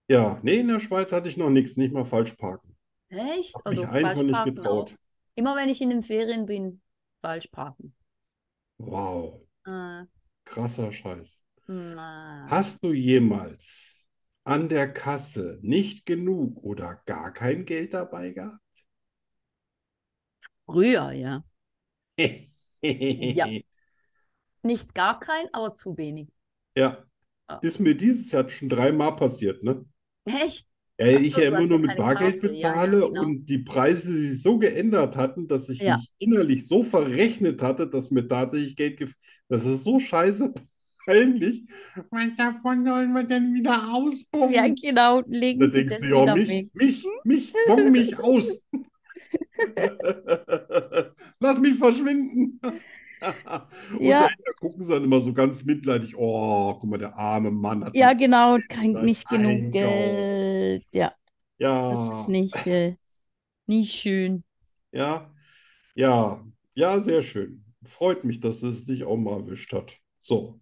[SPEAKER 2] Ja, nee, in der Schweiz hatte ich noch nichts, nicht mal falsch parken.
[SPEAKER 1] Echt?
[SPEAKER 2] Hab mich einfach
[SPEAKER 1] Oder Also falsch
[SPEAKER 2] nicht
[SPEAKER 1] parken auch.
[SPEAKER 2] getraut.
[SPEAKER 1] Immer wenn ich in den Ferien bin, falsch parken.
[SPEAKER 2] Wow,
[SPEAKER 1] Äh,
[SPEAKER 2] krasser Scheiß.
[SPEAKER 1] na.
[SPEAKER 2] Hast du jemals an der Kasse nicht genug oder gar kein Geld dabei gehabt?
[SPEAKER 1] Früher, ja. Nicht gar kein, aber zu wenig.
[SPEAKER 2] Ja,
[SPEAKER 1] Ja.
[SPEAKER 2] das ist mir dieses Jahr schon dreimal passiert, ne?
[SPEAKER 1] Echt?
[SPEAKER 2] Ja, Äh,
[SPEAKER 1] Ach
[SPEAKER 2] ich
[SPEAKER 1] so,
[SPEAKER 2] ja
[SPEAKER 1] du
[SPEAKER 2] immer
[SPEAKER 1] hast
[SPEAKER 2] nur
[SPEAKER 1] ja
[SPEAKER 2] mit
[SPEAKER 1] keine
[SPEAKER 2] Bargeld
[SPEAKER 1] Karte. Ja, ja,
[SPEAKER 2] bezahle
[SPEAKER 1] genau.
[SPEAKER 2] und die Preise sich so geändert hatten, dass ich
[SPEAKER 1] Ja.
[SPEAKER 2] mich innerlich so verrechnet hatte, dass mir tatsächlich Geld gef... Das ist so scheiße peinlich. Was davon sollen wir denn wieder ausbauen?
[SPEAKER 1] Ja, genau.
[SPEAKER 2] Hm. Da
[SPEAKER 1] Legen Sie
[SPEAKER 2] denkst
[SPEAKER 1] das
[SPEAKER 2] du ja,
[SPEAKER 1] wieder
[SPEAKER 2] mich,
[SPEAKER 1] weg.
[SPEAKER 2] mich, mich, bong mich aus. Lass mich verschwinden. Und
[SPEAKER 1] Ja.
[SPEAKER 2] dahinter gucken sie dann immer so ganz mitleidig. Oh, guck mal, der arme Mann hat
[SPEAKER 1] Ja,
[SPEAKER 2] nicht
[SPEAKER 1] genau. Kein,
[SPEAKER 2] Geld
[SPEAKER 1] nicht genug
[SPEAKER 2] eingekauft.
[SPEAKER 1] Geld. Ja, das
[SPEAKER 2] Ja,
[SPEAKER 1] ist nicht, äh, nicht schön.
[SPEAKER 2] ja, ja, ja, sehr schön. Freut mich, dass es dich auch mal erwischt hat. So,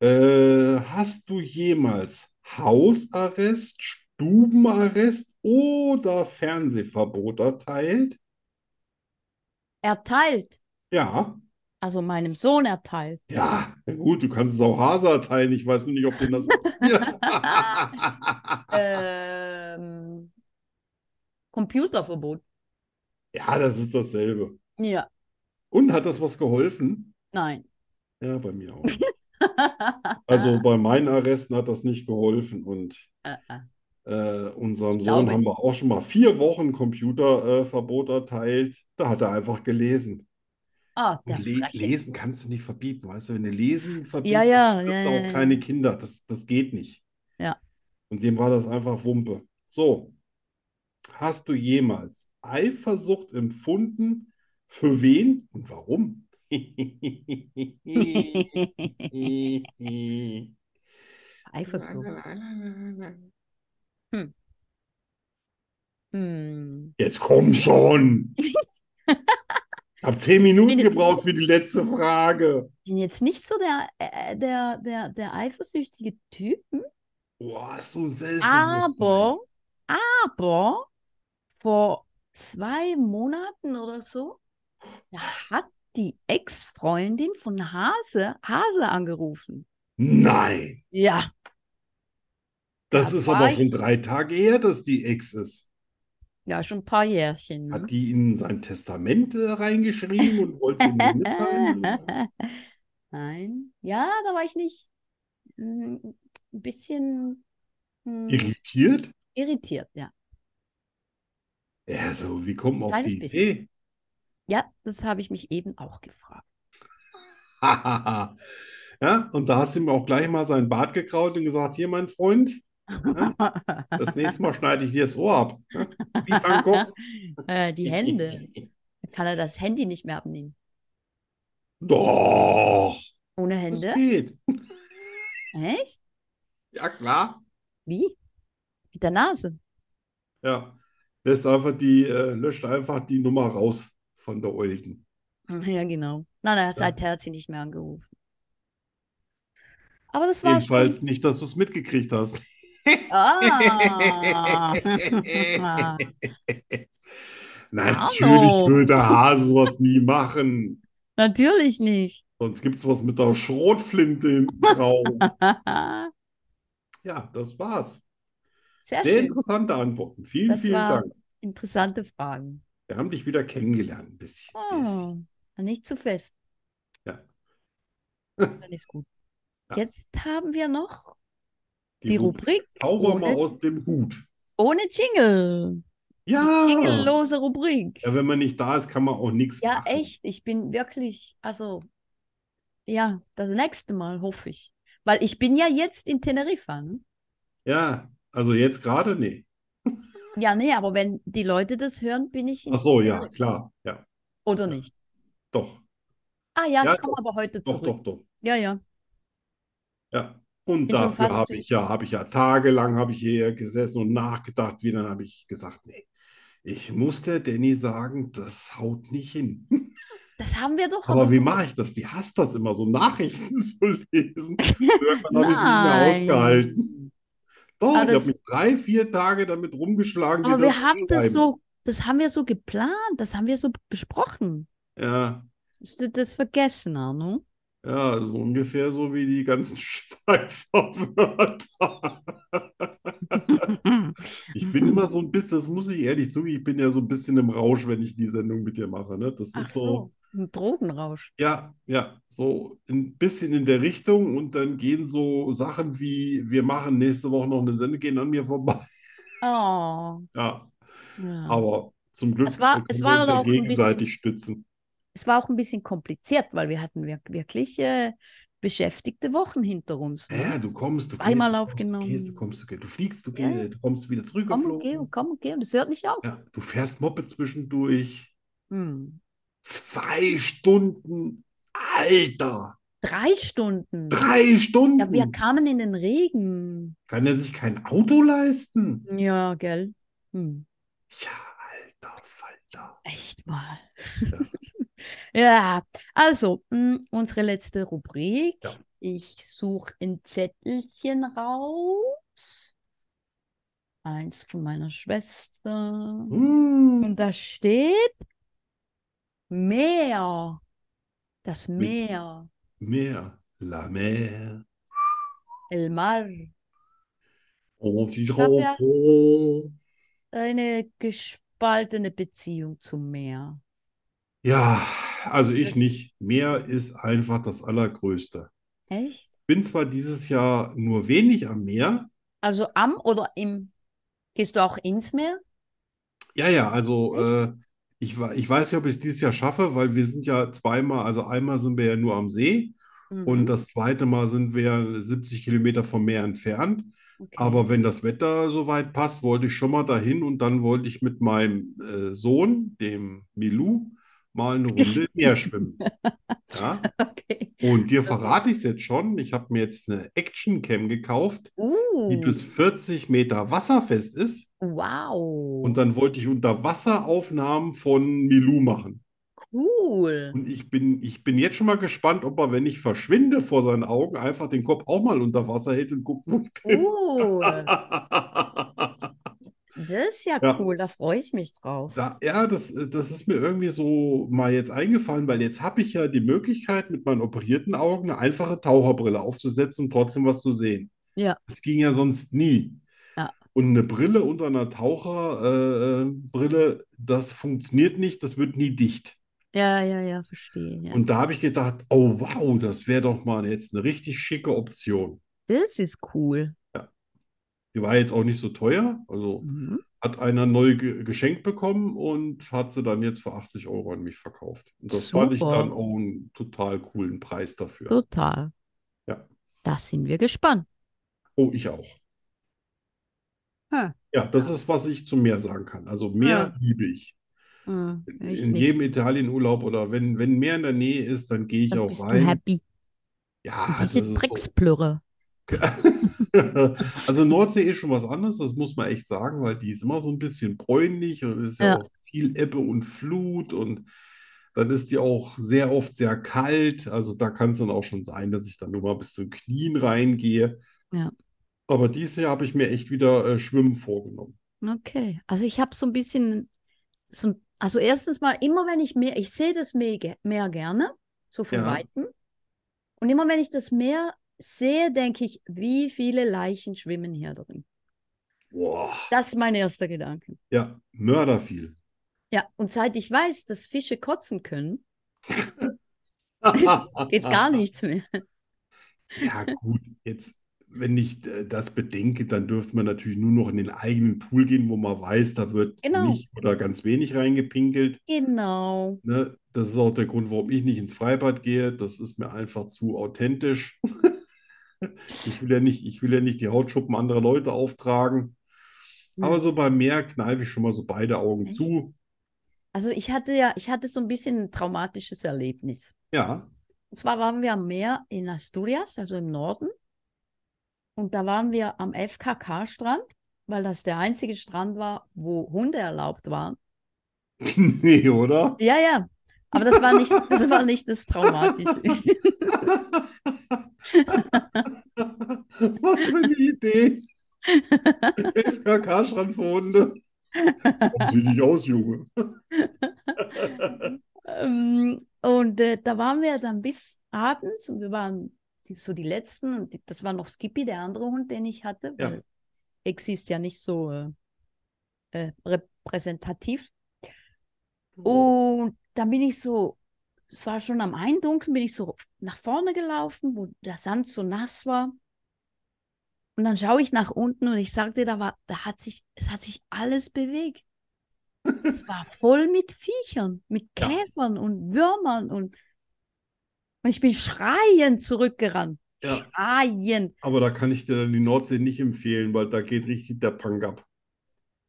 [SPEAKER 2] äh, hast du jemals Hausarrest, Stubenarrest oder Fernsehverbot erteilt?
[SPEAKER 1] Erteilt.
[SPEAKER 2] Ja,
[SPEAKER 1] Also meinem Sohn erteilt.
[SPEAKER 2] ja, na gut, du kannst es auch Hase erteilen. Ich weiß nur nicht, ob den das interessiert.
[SPEAKER 1] Ähm, Computerverbot.
[SPEAKER 2] Ja, das ist dasselbe.
[SPEAKER 1] Ja,
[SPEAKER 2] Und hat das was geholfen?
[SPEAKER 1] nein.
[SPEAKER 2] Ja, bei mir auch. Also bei meinen Arresten hat das nicht geholfen und.
[SPEAKER 1] Äh, äh.
[SPEAKER 2] Äh, unserem
[SPEAKER 1] Ich
[SPEAKER 2] Sohn
[SPEAKER 1] glaube
[SPEAKER 2] haben wir auch schon mal vier Wochen Computerverbot äh, Verbot erteilt. Da hat er einfach gelesen.
[SPEAKER 1] Ah, der
[SPEAKER 2] Und le
[SPEAKER 1] Freche.
[SPEAKER 2] lesen kannst du nicht verbieten, weißt du? Wenn du lesen verbietest,
[SPEAKER 1] Ja, ja,
[SPEAKER 2] hast
[SPEAKER 1] ja,
[SPEAKER 2] du
[SPEAKER 1] ja,
[SPEAKER 2] auch
[SPEAKER 1] ja.
[SPEAKER 2] keine Kinder. Das, das geht nicht.
[SPEAKER 1] Ja.
[SPEAKER 2] Und dem war das einfach Wumpe. So, hast du jemals Eifersucht empfunden? Für wen und warum?
[SPEAKER 1] Eifersucht. Hm.
[SPEAKER 2] Jetzt komm schon! Hab zehn Minuten gebraucht für die letzte Frage.
[SPEAKER 1] Bin jetzt nicht so der, äh, der, der, der eifersüchtige Typ,
[SPEAKER 2] Boah, ist so ein Selbstbewusstsein.
[SPEAKER 1] aber, aber vor zwei Monaten oder so da hat die Ex-Freundin von Hase Hase angerufen.
[SPEAKER 2] Nein,
[SPEAKER 1] Ja,
[SPEAKER 2] das
[SPEAKER 1] Da
[SPEAKER 2] ist
[SPEAKER 1] war
[SPEAKER 2] aber schon
[SPEAKER 1] ich-
[SPEAKER 2] drei Tage her, dass die Ex ist.
[SPEAKER 1] ja, schon ein paar Jährchen. Ne?
[SPEAKER 2] Hat die in sein Testament äh, reingeschrieben und wollte sie mir mitteilen?
[SPEAKER 1] Nein, ja, da war ich nicht mm, ein bisschen mm,
[SPEAKER 2] Irritiert?
[SPEAKER 1] irritiert, ja.
[SPEAKER 2] Ja, so, wie kommt man auf
[SPEAKER 1] Kleines
[SPEAKER 2] die
[SPEAKER 1] bisschen.
[SPEAKER 2] Idee?
[SPEAKER 1] Ja, das habe ich mich eben auch gefragt.
[SPEAKER 2] Hahaha. Ja, und da hast du ihm auch gleich mal sein Bart gekraut und gesagt: Hier, mein Freund, das nächste Mal schneide ich dir das Ohr ab. Ja, Wie Van Gogh.
[SPEAKER 1] Äh, die Hände. Kann er das Handy nicht mehr abnehmen?
[SPEAKER 2] Doch,
[SPEAKER 1] Ohne
[SPEAKER 2] das
[SPEAKER 1] Hände?
[SPEAKER 2] geht.
[SPEAKER 1] Echt?
[SPEAKER 2] Ja, klar.
[SPEAKER 1] Wie? Mit der Nase?
[SPEAKER 2] Ja, lässt einfach die, äh, löscht einfach die Nummer raus von der Olden.
[SPEAKER 1] Ja, genau. Nein, nein, seither hat sie nicht mehr angerufen. Aber das war
[SPEAKER 2] Jedenfalls nicht, dass du es mitgekriegt hast.
[SPEAKER 1] schon. Ah.
[SPEAKER 2] Natürlich
[SPEAKER 1] Arno.
[SPEAKER 2] würde Hase sowas nie machen.
[SPEAKER 1] Natürlich nicht.
[SPEAKER 2] Sonst gibt es was mit der Schrotflinte hinten drauf.
[SPEAKER 1] Sehr
[SPEAKER 2] Ja, das war's. Sehr
[SPEAKER 1] schön.
[SPEAKER 2] interessante Antworten. Vielen,
[SPEAKER 1] Das
[SPEAKER 2] vielen
[SPEAKER 1] waren
[SPEAKER 2] Dank.
[SPEAKER 1] interessante Fragen.
[SPEAKER 2] Wir haben dich wieder kennengelernt, ein bisschen. bisschen.
[SPEAKER 1] Oh, nicht zu fest.
[SPEAKER 2] Ja.
[SPEAKER 1] Dann ist gut.
[SPEAKER 2] Ja.
[SPEAKER 1] Jetzt haben wir noch
[SPEAKER 2] Die
[SPEAKER 1] die,
[SPEAKER 2] Rubrik
[SPEAKER 1] Rubrik
[SPEAKER 2] Zauber mal
[SPEAKER 1] ohne,
[SPEAKER 2] aus dem Hut.
[SPEAKER 1] ohne Jingle.
[SPEAKER 2] Ja.
[SPEAKER 1] Jingellose Rubrik.
[SPEAKER 2] Ja, wenn man nicht da ist, kann man auch nichts
[SPEAKER 1] Ja,
[SPEAKER 2] machen.
[SPEAKER 1] echt. Ich bin wirklich, also, ja, das nächste Mal hoffe ich. Weil ich bin ja jetzt in Teneriffa. Ne?
[SPEAKER 2] Ja, also jetzt gerade, nee.
[SPEAKER 1] Ja, nee, aber wenn die Leute das hören, bin ich in
[SPEAKER 2] Ach so, ja,
[SPEAKER 1] Teneriffa.
[SPEAKER 2] klar. Ja,
[SPEAKER 1] Oder nicht?
[SPEAKER 2] doch,
[SPEAKER 1] Ah ja,
[SPEAKER 2] Ja,
[SPEAKER 1] ich komme aber heute
[SPEAKER 2] doch,
[SPEAKER 1] zurück.
[SPEAKER 2] doch, doch.
[SPEAKER 1] Ja, ja.
[SPEAKER 2] Ja. Und
[SPEAKER 1] Bin schon
[SPEAKER 2] dafür
[SPEAKER 1] fast
[SPEAKER 2] habe
[SPEAKER 1] durch.
[SPEAKER 2] ich ja, habe ich ja tagelang habe ich hier gesessen und nachgedacht, wie dann habe ich gesagt, nee, ich muss der Danny sagen, das haut nicht hin.
[SPEAKER 1] Das haben wir doch
[SPEAKER 2] Aber wie
[SPEAKER 1] so-
[SPEAKER 2] mache ich das? Die hasst das immer, so Nachrichten zu lesen. Irgendwann habe ich es nicht mehr
[SPEAKER 1] Nein.
[SPEAKER 2] ausgehalten. Doch,
[SPEAKER 1] Aber
[SPEAKER 2] ich habe
[SPEAKER 1] das-
[SPEAKER 2] mich drei, vier Tage damit rumgeschlagen, dir
[SPEAKER 1] Aber wir
[SPEAKER 2] das zu
[SPEAKER 1] haben das
[SPEAKER 2] schreiben.
[SPEAKER 1] so, das haben wir so geplant, das haben wir so besprochen.
[SPEAKER 2] Ja,
[SPEAKER 1] Hast du das vergessen, Arno?
[SPEAKER 2] Ja, so ungefähr so wie die ganzen Schweizer Wörter. Ich bin immer so ein bisschen, das muss ich ehrlich zugeben, ich bin ja so ein bisschen im Rausch, wenn ich die Sendung mit dir mache. Ne? Das
[SPEAKER 1] Ach
[SPEAKER 2] ist so,
[SPEAKER 1] so, ein Drogenrausch.
[SPEAKER 2] ja, ja, so ein bisschen in der Richtung und dann gehen so Sachen wie, wir machen nächste Woche noch eine Sendung, gehen an mir vorbei.
[SPEAKER 1] Oh,
[SPEAKER 2] Ja,
[SPEAKER 1] ja.
[SPEAKER 2] aber zum Glück
[SPEAKER 1] Es war-
[SPEAKER 2] können
[SPEAKER 1] es
[SPEAKER 2] wir
[SPEAKER 1] war
[SPEAKER 2] uns ja
[SPEAKER 1] auch ein bisschen-
[SPEAKER 2] gegenseitig stützen.
[SPEAKER 1] Es war auch ein bisschen kompliziert, weil wir hatten wir- wirklich äh, beschäftigte Wochen hinter uns. ne?
[SPEAKER 2] Ja, du kommst, du
[SPEAKER 1] Dreimal
[SPEAKER 2] gehst, du kommst,
[SPEAKER 1] aufgenommen.
[SPEAKER 2] du gehst, du kommst, du gehst, du fliegst, du
[SPEAKER 1] Ja.
[SPEAKER 2] gehst, du kommst wieder
[SPEAKER 1] Komm und geh
[SPEAKER 2] zurückgeflogen.
[SPEAKER 1] und komm und geh und es hört nicht auf.
[SPEAKER 2] Ja, du fährst Moped zwischendurch.
[SPEAKER 1] Hm.
[SPEAKER 2] Zwei Stunden, Alter,
[SPEAKER 1] Drei Stunden.
[SPEAKER 2] drei
[SPEAKER 1] Ja, wir
[SPEAKER 2] Stunden.
[SPEAKER 1] kamen in den Regen.
[SPEAKER 2] Kann er sich kein Auto leisten?
[SPEAKER 1] Ja, gell. Hm.
[SPEAKER 2] Ja, alter Falter.
[SPEAKER 1] Echt mal. Ja, also mh, unsere letzte Rubrik.
[SPEAKER 2] Ja.
[SPEAKER 1] Ich suche ein Zettelchen raus. Eins von meiner Schwester.
[SPEAKER 2] Hm.
[SPEAKER 1] Und da steht Meer. Das Meer.
[SPEAKER 2] Meer, la mer,
[SPEAKER 1] El Mar.
[SPEAKER 2] on t'y
[SPEAKER 1] hab ja-
[SPEAKER 2] reprend.
[SPEAKER 1] Eine gespaltene Beziehung zum Meer.
[SPEAKER 2] Ja, also ich
[SPEAKER 1] Das-
[SPEAKER 2] nicht. Meer ist einfach das Allergrößte.
[SPEAKER 1] Echt?
[SPEAKER 2] Bin zwar dieses Jahr nur wenig am Meer.
[SPEAKER 1] Also am oder im? Gehst du auch ins Meer?
[SPEAKER 2] Ja, ja, also
[SPEAKER 1] Echt?
[SPEAKER 2] äh, ich, wa- ich weiß nicht, ob ich es dieses Jahr schaffe, weil wir sind ja zweimal, also einmal sind wir ja nur am See und
[SPEAKER 1] Mhm,
[SPEAKER 2] das zweite Mal sind wir ja 70 Kilometer vom Meer entfernt.
[SPEAKER 1] okay.
[SPEAKER 2] Aber wenn das Wetter soweit passt, wollte ich schon mal dahin und dann wollte ich mit meinem äh, Sohn, dem Milou, mal eine Runde im Meer schwimmen. Ja?
[SPEAKER 1] Okay.
[SPEAKER 2] Und dir verrate ich es jetzt schon, ich habe mir jetzt eine Action-Cam gekauft, die
[SPEAKER 1] Uh,
[SPEAKER 2] bis 40 Meter wasserfest ist.
[SPEAKER 1] wow.
[SPEAKER 2] Und dann wollte ich Unterwasseraufnahmen von Milou machen.
[SPEAKER 1] cool.
[SPEAKER 2] Und ich bin, ich bin jetzt schon mal gespannt, ob er, wenn ich verschwinde vor seinen Augen, einfach den Kopf auch mal unter Wasser hält und guckt, wo ich bin.
[SPEAKER 1] Cool.
[SPEAKER 2] Da,
[SPEAKER 1] Das ist ja
[SPEAKER 2] Ja.
[SPEAKER 1] cool, da freue ich mich drauf.
[SPEAKER 2] ja, das, das ist mir irgendwie so mal jetzt eingefallen, weil jetzt habe ich ja die Möglichkeit, mit meinen operierten Augen eine einfache Taucherbrille aufzusetzen und trotzdem was zu sehen.
[SPEAKER 1] Ja.
[SPEAKER 2] Das ging ja sonst nie.
[SPEAKER 1] Ja.
[SPEAKER 2] Und eine Brille unter einer Taucherbrille, äh, Brille, das funktioniert nicht, das wird nie dicht.
[SPEAKER 1] Ja, ja, ja, verstehe. Ja.
[SPEAKER 2] Und da habe ich gedacht, oh wow, das wäre doch mal jetzt eine richtig schicke Option.
[SPEAKER 1] Das ist cool.
[SPEAKER 2] Die war jetzt auch nicht so teuer, also
[SPEAKER 1] Mhm.
[SPEAKER 2] hat einer neu ge geschenkt bekommen und hat sie dann jetzt für 80 Euro an mich verkauft. Und das fand ich
[SPEAKER 1] Super.
[SPEAKER 2] dann auch einen total coolen Preis dafür.
[SPEAKER 1] Total.
[SPEAKER 2] Ja.
[SPEAKER 1] Da sind wir gespannt.
[SPEAKER 2] Oh, ich auch.
[SPEAKER 1] Ha.
[SPEAKER 2] Ja, das ist, was ich zum Meer sagen kann. Also Meer liebe ich.
[SPEAKER 1] Hm, ich
[SPEAKER 2] In
[SPEAKER 1] nix.
[SPEAKER 2] jedem Italienurlaub oder wenn, wenn Meer in der Nähe ist, dann gehe ich
[SPEAKER 1] Dann
[SPEAKER 2] auch
[SPEAKER 1] bist du
[SPEAKER 2] rein.
[SPEAKER 1] happy.
[SPEAKER 2] Ja, das
[SPEAKER 1] Diese
[SPEAKER 2] ist so.
[SPEAKER 1] Drecksplürre.
[SPEAKER 2] Also Nordsee ist schon was anderes, das muss man echt sagen, weil die ist immer so ein bisschen bräunlich und ist ja
[SPEAKER 1] Ja.
[SPEAKER 2] auch viel Ebbe und Flut und dann ist die auch sehr oft sehr kalt. Also da kann es dann auch schon sein, dass ich dann nur mal bis zu den Knien reingehe.
[SPEAKER 1] Ja.
[SPEAKER 2] Aber dieses Jahr habe ich mir echt wieder äh, Schwimmen vorgenommen.
[SPEAKER 1] Okay. Also ich habe so ein bisschen, so ein, also erstens mal, immer wenn ich Meer, ich sehe das Meer, ge- Meer gerne, so von
[SPEAKER 2] Ja.
[SPEAKER 1] Weitem. Und immer wenn ich das Meer sehe, denke ich, wie viele Leichen schwimmen hier drin.
[SPEAKER 2] Boah.
[SPEAKER 1] Das ist mein erster Gedanke.
[SPEAKER 2] Ja, Mörder viel.
[SPEAKER 1] Ja, und seit ich weiß, dass Fische kotzen können, geht gar nichts mehr.
[SPEAKER 2] Ja, gut, jetzt, wenn ich äh, das bedenke, dann dürfte man natürlich nur noch in den eigenen Pool gehen, wo man weiß, da wird
[SPEAKER 1] Genau.
[SPEAKER 2] nicht oder ganz wenig reingepinkelt.
[SPEAKER 1] Genau.
[SPEAKER 2] Ne? Das ist auch der Grund, warum ich nicht ins Freibad gehe. Das ist mir einfach zu authentisch. Ich will ja nicht, ich will ja nicht die Hautschuppen anderer Leute auftragen. Aber so beim Meer kneife ich schon mal so beide Augen
[SPEAKER 1] Hm. Echt?
[SPEAKER 2] zu.
[SPEAKER 1] Also ich hatte ja, ich hatte so ein bisschen ein traumatisches Erlebnis.
[SPEAKER 2] Ja,
[SPEAKER 1] Und zwar waren wir am Meer in Asturias, also im Norden. Und da waren wir am FKK-Strand, weil das der einzige Strand war, wo Hunde erlaubt waren.
[SPEAKER 2] nee, oder?
[SPEAKER 1] Ja, ja. Aber das war nicht, das war nicht das Traumatische.
[SPEAKER 2] Was für eine Idee. FKK-Strand für Hunde. Komm, sieh dich aus, Junge.
[SPEAKER 1] Ähm, Und äh, da waren wir dann bis abends und wir waren die, so die letzten und die, das war noch Skippy, der andere Hund, den ich hatte,
[SPEAKER 2] Ja.
[SPEAKER 1] weil Exi ist ja nicht so äh, äh, repräsentativ. Und dann bin ich so, es war schon am Eindunkeln, bin ich so nach vorne gelaufen, wo der Sand so nass war. Und dann schaue ich nach unten und ich sagte, da war, da hat sich, es hat sich alles bewegt. Es war voll mit Viechern, mit
[SPEAKER 2] Ja.
[SPEAKER 1] Käfern und Würmern und, und ich bin schreiend zurückgerannt.
[SPEAKER 2] Ja.
[SPEAKER 1] Schreiend.
[SPEAKER 2] Aber da kann ich dir dann die Nordsee nicht empfehlen, weil da geht richtig der Pang ab.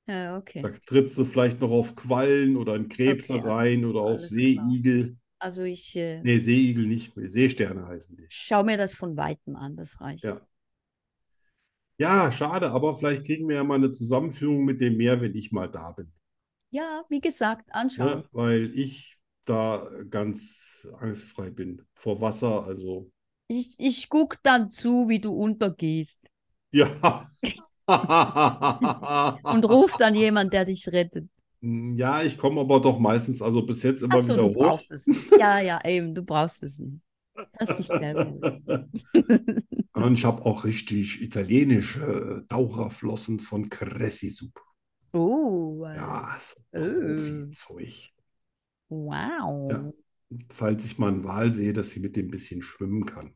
[SPEAKER 1] Ja, okay.
[SPEAKER 2] Da trittst du vielleicht noch auf Quallen oder einen Krebser
[SPEAKER 1] Okay,
[SPEAKER 2] rein oder auf
[SPEAKER 1] alles
[SPEAKER 2] Seeigel.
[SPEAKER 1] Also ich äh,
[SPEAKER 2] Nee, Seeigel nicht, Seesterne heißen die.
[SPEAKER 1] schaue mir das von Weitem an, das reicht.
[SPEAKER 2] Ja. Ja, schade, aber vielleicht kriegen wir ja mal eine Zusammenführung mit dem Meer, wenn ich mal da bin.
[SPEAKER 1] Ja, wie gesagt, anschauen.
[SPEAKER 2] Ne? Weil ich da ganz angstfrei bin vor Wasser. Also,
[SPEAKER 1] Ich, ich gucke dann zu, wie du untergehst
[SPEAKER 2] ja.
[SPEAKER 1] und ruf dann jemand, der dich rettet.
[SPEAKER 2] Hm, Ja, ich komme aber doch meistens, also bis jetzt immer
[SPEAKER 1] Achso,
[SPEAKER 2] wieder
[SPEAKER 1] du
[SPEAKER 2] hoch.
[SPEAKER 1] brauchst es nicht. Ja, ja, eben, du brauchst es nicht. Kannst dich selber.
[SPEAKER 2] Und ich habe auch richtig italienische äh, Taucherflossen von Cressisup.
[SPEAKER 1] Oh, äh,
[SPEAKER 2] Ja, so
[SPEAKER 1] Äh.
[SPEAKER 2] Profi-Zeug.
[SPEAKER 1] wow.
[SPEAKER 2] Ja. Falls ich mal einen Wal sehe, dass ich mit dem ein bisschen schwimmen kann.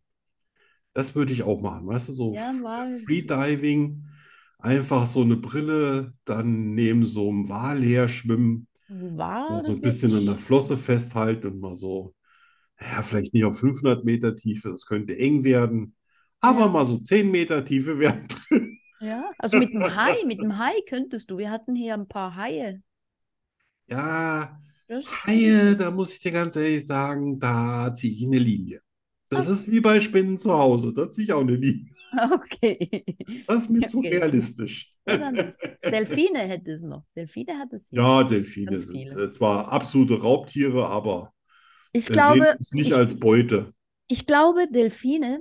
[SPEAKER 2] Das würde ich auch machen, weißt du, so
[SPEAKER 1] Ja, ein Wal.
[SPEAKER 2] Freediving, einfach so eine Brille, dann neben so einem Wal her schwimmen,
[SPEAKER 1] Wow,
[SPEAKER 2] mal so
[SPEAKER 1] Ah, das
[SPEAKER 2] ein
[SPEAKER 1] wär
[SPEAKER 2] bisschen an
[SPEAKER 1] ich-
[SPEAKER 2] der Flosse festhalten und mal so, ja, vielleicht nicht auf 500 Meter Tiefe, das könnte eng werden, aber
[SPEAKER 1] Ja.
[SPEAKER 2] mal so 10 Meter Tiefe wäre drin.
[SPEAKER 1] Ja, also mit dem Hai, mit dem Hai könntest du. Wir hatten hier ein paar Haie.
[SPEAKER 2] Ja,
[SPEAKER 1] Das
[SPEAKER 2] Haie, da muss ich dir ganz ehrlich sagen, da ziehe ich eine Linie. Das
[SPEAKER 1] Ah.
[SPEAKER 2] ist wie bei Spinnen zu Hause, da ziehe ich auch eine Linie.
[SPEAKER 1] Okay.
[SPEAKER 2] Das ist mir zu
[SPEAKER 1] Okay.
[SPEAKER 2] realistisch.
[SPEAKER 1] Oder nicht? Delfine hätte es noch. Delfine hat es hier.
[SPEAKER 2] Ja, Delfine
[SPEAKER 1] Ganz
[SPEAKER 2] sind
[SPEAKER 1] viele.
[SPEAKER 2] äh, zwar absolute Raubtiere, aber
[SPEAKER 1] Ich
[SPEAKER 2] wir sehen
[SPEAKER 1] glaube,
[SPEAKER 2] uns nicht
[SPEAKER 1] ich,
[SPEAKER 2] als Beute.
[SPEAKER 1] ich glaube, Delfine,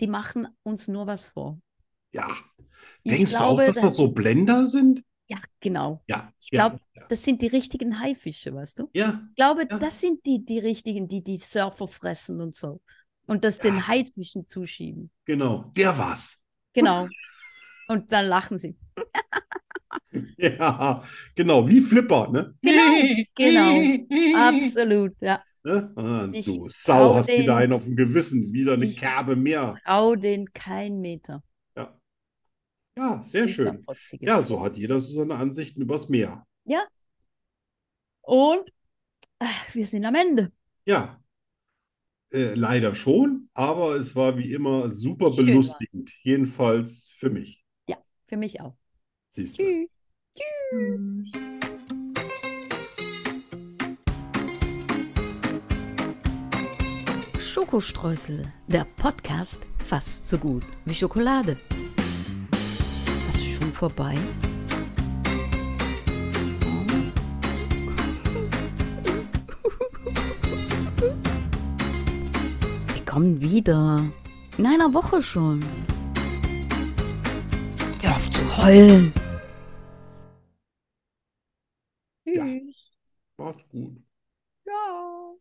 [SPEAKER 1] die machen uns nur was vor.
[SPEAKER 2] Ja.
[SPEAKER 1] Ich
[SPEAKER 2] Denkst du auch,
[SPEAKER 1] glaube,
[SPEAKER 2] dass das so Blender sind?
[SPEAKER 1] Ja, genau.
[SPEAKER 2] Ja,
[SPEAKER 1] Ich
[SPEAKER 2] ja,
[SPEAKER 1] glaube, das sind die richtigen Haifische, weißt du?
[SPEAKER 2] ja,
[SPEAKER 1] Ich glaube,
[SPEAKER 2] Ja.
[SPEAKER 1] das sind die, die richtigen, die die Surfer fressen und so. Und das
[SPEAKER 2] Ja.
[SPEAKER 1] den Haifischen zuschieben.
[SPEAKER 2] genau. Der war's.
[SPEAKER 1] Genau. Und dann lachen sie.
[SPEAKER 2] Ja, genau, wie Flipper, ne?
[SPEAKER 1] Genau, Absolut, ja.
[SPEAKER 2] Ne? Ah,
[SPEAKER 1] Ich
[SPEAKER 2] du
[SPEAKER 1] trau
[SPEAKER 2] Sau, hast
[SPEAKER 1] den-
[SPEAKER 2] wieder einen auf dem Gewissen, wieder eine
[SPEAKER 1] Ich-
[SPEAKER 2] Kerbe mehr.
[SPEAKER 1] Trau den kein Meter.
[SPEAKER 2] Ja, ja, sehr schön.
[SPEAKER 1] Hinterfotzige.
[SPEAKER 2] Ja, so hat jeder so seine Ansichten übers Meer.
[SPEAKER 1] Und äh, wir sind am Ende.
[SPEAKER 2] Ja, äh, leider schon, aber es war wie immer super
[SPEAKER 1] Schön war.
[SPEAKER 2] belustigend. Jedenfalls für mich.
[SPEAKER 1] Für mich auch.
[SPEAKER 2] Siehst du.
[SPEAKER 1] Tschüss.
[SPEAKER 3] Schokostreusel, der Podcast fast so gut wie Schokolade. Was ist schon vorbei? Wir kommen wieder. In einer Woche schon. Hör auf zu heulen.
[SPEAKER 2] Ja.
[SPEAKER 1] Tschüss.
[SPEAKER 2] Macht's gut.
[SPEAKER 1] Ciao.